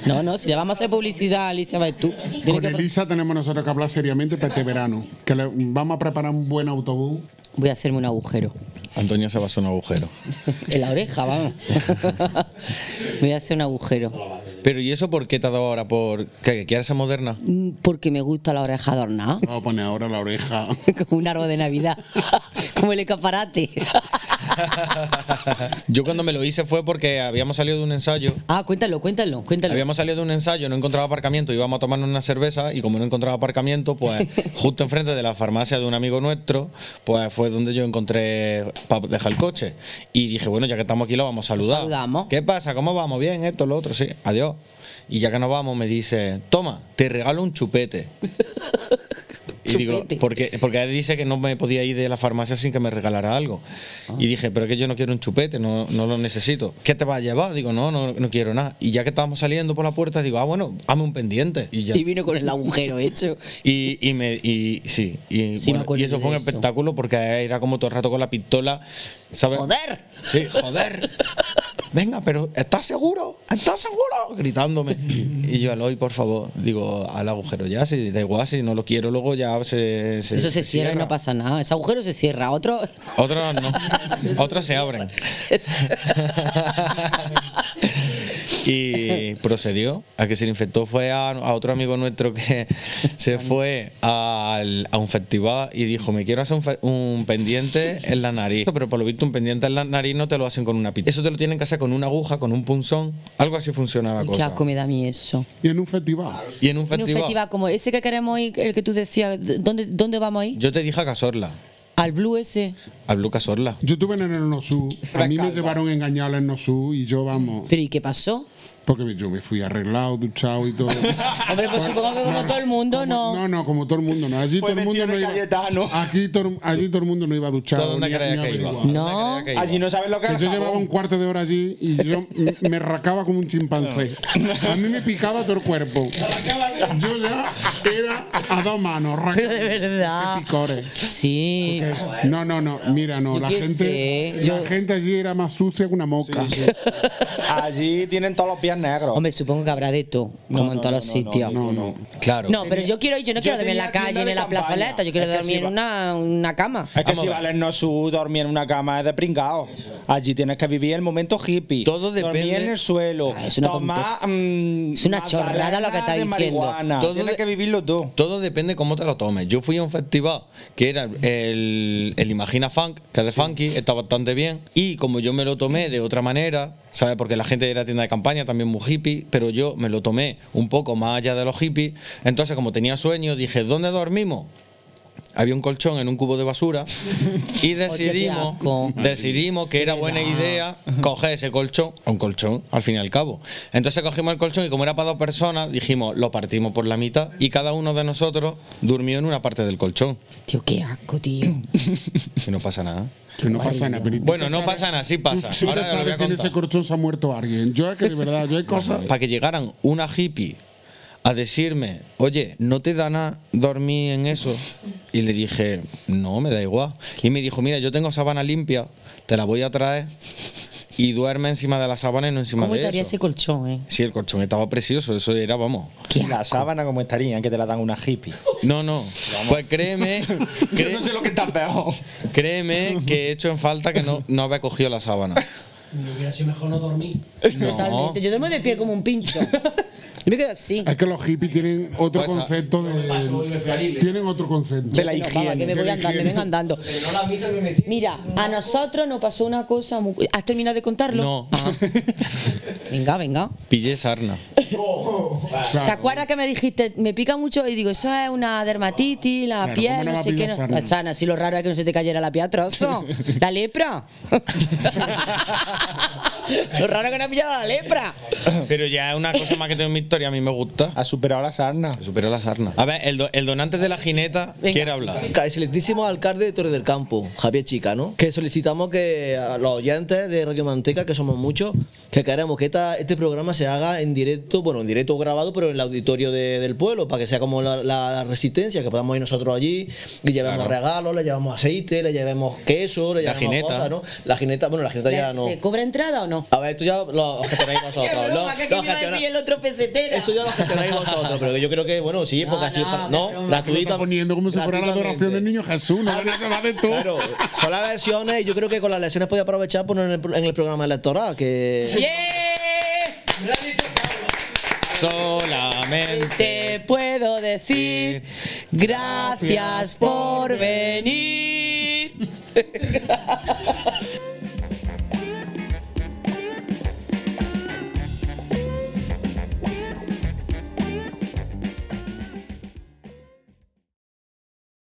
Speaker 3: No, no, si le vamos a hacer publicidad a Elizabeth, tú. Dile
Speaker 4: Con
Speaker 3: que-
Speaker 4: Elisa tenemos nosotros que hablar seriamente para este verano. Que le- vamos a preparar un buen autobús.
Speaker 3: Voy a hacerme un agujero.
Speaker 1: Antonio se pasó un agujero.
Speaker 3: En la oreja, vamos. Voy a hacer un agujero.
Speaker 1: Pero ¿y eso por qué te ha dado ahora por que que quieres ser moderna?
Speaker 3: Mm, Porque me gusta la oreja adornada.
Speaker 4: Vamos a poner ahora la oreja.
Speaker 3: Como un árbol de Navidad. Como el escaparate.
Speaker 1: Yo cuando me lo hice fue porque habíamos salido de un ensayo.
Speaker 3: Ah, cuéntalo, cuéntalo, cuéntalo.
Speaker 1: Habíamos salido de un ensayo, no encontraba aparcamiento, íbamos a tomarnos una cerveza y como no encontraba aparcamiento, pues justo enfrente de la farmacia de un amigo nuestro, pues fue donde yo encontré para dejar el coche. Y dije, bueno, ya que estamos aquí lo vamos a saludar.
Speaker 3: saludamos.
Speaker 1: ¿Qué pasa? ¿Cómo vamos? Bien, esto, lo otro, sí. Adiós. Y ya que nos vamos, me dice, toma, te regalo un chupete. Y digo,
Speaker 3: Chupete.
Speaker 1: porque, porque él dice que no me podía ir de la farmacia sin que me regalara algo.
Speaker 3: Ah.
Speaker 1: Y dije, pero es que yo no quiero un chupete, no, no lo necesito. ¿Qué te vas a llevar? Digo, no, no, no quiero nada. Y ya que estábamos saliendo por la puerta, digo, ah, bueno, hazme un pendiente. Y ya.
Speaker 3: Y vino con el agujero hecho.
Speaker 1: Y, y me y sí, y,
Speaker 3: Sí, me
Speaker 1: bueno,
Speaker 3: acuerdo
Speaker 1: y eso
Speaker 3: de
Speaker 1: fue un
Speaker 3: eso.
Speaker 1: espectáculo porque era como todo el rato con la pistola, ¿sabes?
Speaker 3: ¡Joder!
Speaker 1: Sí, joder. Venga, pero ¿estás seguro? ¿Estás seguro? Gritándome. Y yo, Aloy, por favor, digo, al agujero ya, si da igual, si no lo quiero, luego ya se. se-
Speaker 3: Eso se cierra y no pasa nada. Ese agujero se cierra. Otro.
Speaker 1: Otros no. Otros se abren. y procedió a que se le infectó fue a, a otro amigo nuestro que se fue al- a un festival y dijo me quiero hacer un, fe- un pendiente en la nariz pero por lo visto un pendiente en la nariz no te lo hacen con una pita eso te lo tienen que hacer con una aguja con un punzón algo así funciona la
Speaker 3: Ay, Qué
Speaker 1: cosa
Speaker 3: asco me da a mí eso.
Speaker 4: Y en un festival.
Speaker 1: y en un
Speaker 3: En un
Speaker 1: festival,
Speaker 3: festival como ese que queremos ir, el que tú decías, ¿dónde, dónde vamos a ir?
Speaker 1: yo te dije a Casorla
Speaker 3: Al Blue ese.
Speaker 1: a Blue Casorla
Speaker 4: Yo estuve en el Nosú. A mí me llevaron engañado al Nosú y yo, vamos.
Speaker 3: ¿Pero y qué pasó?
Speaker 4: Porque me- yo me fui arreglado, duchado y todo.
Speaker 3: Hombre, pues supongo que como todo el mundo,
Speaker 4: Como-
Speaker 3: no.
Speaker 4: No, no, como todo el mundo, no. Allí
Speaker 5: Fue
Speaker 4: todo el mundo
Speaker 5: vestido
Speaker 4: no
Speaker 5: de
Speaker 4: iba.
Speaker 5: Cayetano.
Speaker 4: Aquí todo, allí todo el mundo no iba duchado.
Speaker 1: ¿Tú dónde
Speaker 4: ni- ni
Speaker 1: creías que iba?
Speaker 4: averiguado.
Speaker 1: ¿Dónde
Speaker 3: No.
Speaker 1: creías que iba?
Speaker 5: Allí no sabes lo que
Speaker 4: Que
Speaker 5: es
Speaker 4: yo
Speaker 5: el
Speaker 4: llevaba un
Speaker 5: jabón.
Speaker 4: cuarto de hora allí y yo m- me racaba como un chimpancé. A mí me picaba todo el cuerpo. Yo ya era a dos manos. raca-
Speaker 3: Pero de verdad.
Speaker 4: Qué picores.
Speaker 3: Sí.
Speaker 4: No, no, no, mira, no,
Speaker 3: Yo
Speaker 4: la
Speaker 3: qué
Speaker 4: gente,
Speaker 3: sé,
Speaker 4: la
Speaker 3: yo-
Speaker 4: gente allí era más sucia que una mosca.
Speaker 5: Allí tienen todos los pies negros.
Speaker 3: Hombre, supongo que habrá de todo, como en todos los sitios. No,
Speaker 4: No, no.
Speaker 1: claro
Speaker 3: pero yo quiero, yo no
Speaker 5: Yo
Speaker 3: quiero dormir en la
Speaker 5: tenía
Speaker 3: calle,
Speaker 5: tienda
Speaker 3: ni
Speaker 5: de
Speaker 3: en la
Speaker 5: campaña.
Speaker 3: plazoleta, yo quiero
Speaker 5: Es que
Speaker 3: dormir en
Speaker 5: sí va-
Speaker 3: una, una cama.
Speaker 5: Es que
Speaker 1: Vamos
Speaker 5: si
Speaker 1: a ver.
Speaker 5: Valen no su dormir en una cama es de pringao. Allí tienes que vivir el momento hippie.
Speaker 1: Todo
Speaker 5: Dormir
Speaker 1: depende-
Speaker 5: en el suelo.
Speaker 3: Ah, es una
Speaker 5: tomar. mm,
Speaker 3: Es una chorrada lo que está
Speaker 5: magdalena de
Speaker 3: diciendo.
Speaker 5: marihuana.
Speaker 1: Todo
Speaker 5: tienes
Speaker 1: de-
Speaker 5: que vivirlo tú.
Speaker 1: Todo depende cómo te lo tomes. Yo fui a un festival que era el, el Imagina Funk, que es de Funky, está bastante bien. Y como yo me lo tomé de otra manera, ¿sabes? Porque la gente era tienda de campaña, también muy hippie, pero yo me lo tomé un poco más allá de los hippies. Entonces, como tenía sueño, dije, ¿dónde dormimos? Había un colchón en un cubo de basura y decidimos,
Speaker 3: asco.
Speaker 1: decidimos que era buena idea coger ese colchón, un colchón al fin y al cabo. Entonces cogimos el colchón y como era para dos personas, dijimos, lo partimos por la mitad y cada uno de nosotros durmió en una parte del colchón.
Speaker 3: Tío, qué asco, tío.
Speaker 1: Y no pasa nada.
Speaker 4: Que no pasa nada. pero ¿y tú
Speaker 1: Bueno,
Speaker 4: qué
Speaker 1: no
Speaker 4: sabes?
Speaker 1: pasa nada, sí pasa.
Speaker 4: ¿Tú
Speaker 1: Ahora
Speaker 4: qué
Speaker 1: te lo voy a
Speaker 4: sabes si en ese
Speaker 1: contar.
Speaker 4: corchón se ha muerto alguien? Yo es que de verdad, yo hay
Speaker 5: Eh.
Speaker 4: cosas...
Speaker 1: Para que llegaran una hippie a decirme, oye, ¿no te da nada dormir en eso? Y le dije, no, me da igual. Y me dijo, mira, yo tengo sábana limpia, te la voy a traer y duerme encima de la sábana y no encima
Speaker 3: ¿Cómo
Speaker 1: de
Speaker 3: estaría
Speaker 1: eso.
Speaker 3: ese colchón, eh?
Speaker 1: Sí, el colchón estaba precioso, eso era, vamos.
Speaker 3: Qué
Speaker 5: La
Speaker 3: asco.
Speaker 5: sábana como estaría, que te la dan una hippie.
Speaker 1: No, no. Pues créeme,
Speaker 5: Yo
Speaker 1: cre-
Speaker 5: no sé lo que está peor.
Speaker 1: créeme que he hecho en falta que no, no había cogido la sábana.
Speaker 7: Me hubiera sido mejor no dormir.
Speaker 1: No.
Speaker 3: Totalmente. Yo duermo de pie como un pincho. Yo me quedo así.
Speaker 4: Es que los hippies tienen otro
Speaker 1: Pues, ah,
Speaker 4: concepto
Speaker 7: Paso y
Speaker 4: de...
Speaker 7: me fui al Ile.
Speaker 4: Tienen otro concepto.
Speaker 5: De la
Speaker 3: No, baba, que me
Speaker 4: higiene,
Speaker 3: voy
Speaker 4: de la
Speaker 3: andando, me
Speaker 4: higiene.
Speaker 3: vengo andando.
Speaker 7: Pero no la misa me metí.
Speaker 3: Mira, a nosotros nos pasó una cosa muy... ¿Has terminado de contarlo?
Speaker 1: No.
Speaker 3: Ah. Venga, venga.
Speaker 1: Pillé sarna.
Speaker 3: ¿Te acuerdas que me dijiste, me pica mucho? Y digo, eso es una dermatitis, la
Speaker 4: Claro,
Speaker 3: piel,
Speaker 4: ¿cómo no
Speaker 3: no
Speaker 4: va a
Speaker 3: sé qué.
Speaker 4: pillar
Speaker 3: no-
Speaker 4: sarna?
Speaker 3: La sana, si lo raro es que no se te cayera la piel a trozo. ¿La lepra? Lo raro que no ha pillado la lepra.
Speaker 1: Pero ya es una cosa más que tengo en mi historia, a mí me gusta.
Speaker 5: Ha superado la sarna.
Speaker 1: Superó la sarna. A ver, el, do- el donante de la jineta
Speaker 3: Venga.
Speaker 1: quiere hablar.
Speaker 6: Excelentísimo alcalde de Torre del Campo, Javier Chicano, que solicitamos que eh, a los oyentes de Radio Manteca, que somos muchos, que queremos que esta- este programa se haga en directo, bueno, en directo o grabado, pero en el auditorio de- del pueblo, para que sea como la, la- la resistencia, que podamos ir nosotros allí, y llevemos regalos, le llevamos aceite, le llevemos queso, le
Speaker 1: La
Speaker 6: llevemos
Speaker 1: jineta.
Speaker 6: cosas, ¿no? La jineta, bueno, la jineta ya no.
Speaker 3: ¿Se cobra entrada o no?
Speaker 6: A ver, tú ya lo gestionáis vosotros.
Speaker 3: Qué broma,
Speaker 6: lo-
Speaker 3: que aquí
Speaker 6: lo
Speaker 3: me iba a
Speaker 6: gestiona-
Speaker 3: decir el otro pesetera.
Speaker 6: eso ya lo gestionáis vosotros, pero que yo creo que, bueno, sí,
Speaker 3: No,
Speaker 6: porque así
Speaker 3: no,
Speaker 6: es para-
Speaker 3: qué
Speaker 6: No,
Speaker 3: broma.
Speaker 4: Lo
Speaker 6: gratuita.
Speaker 4: está poniendo como si fuera la adoración del
Speaker 6: gratuitamente.
Speaker 4: niño Jesús. No van a acabar de todo.
Speaker 6: Claro, son las elecciones y yo creo que con las elecciones podía aprovechar poner en el, pro- en el programa electoral que
Speaker 3: Bien,
Speaker 1: Solamente.
Speaker 3: Te puedo decir gracias por venir.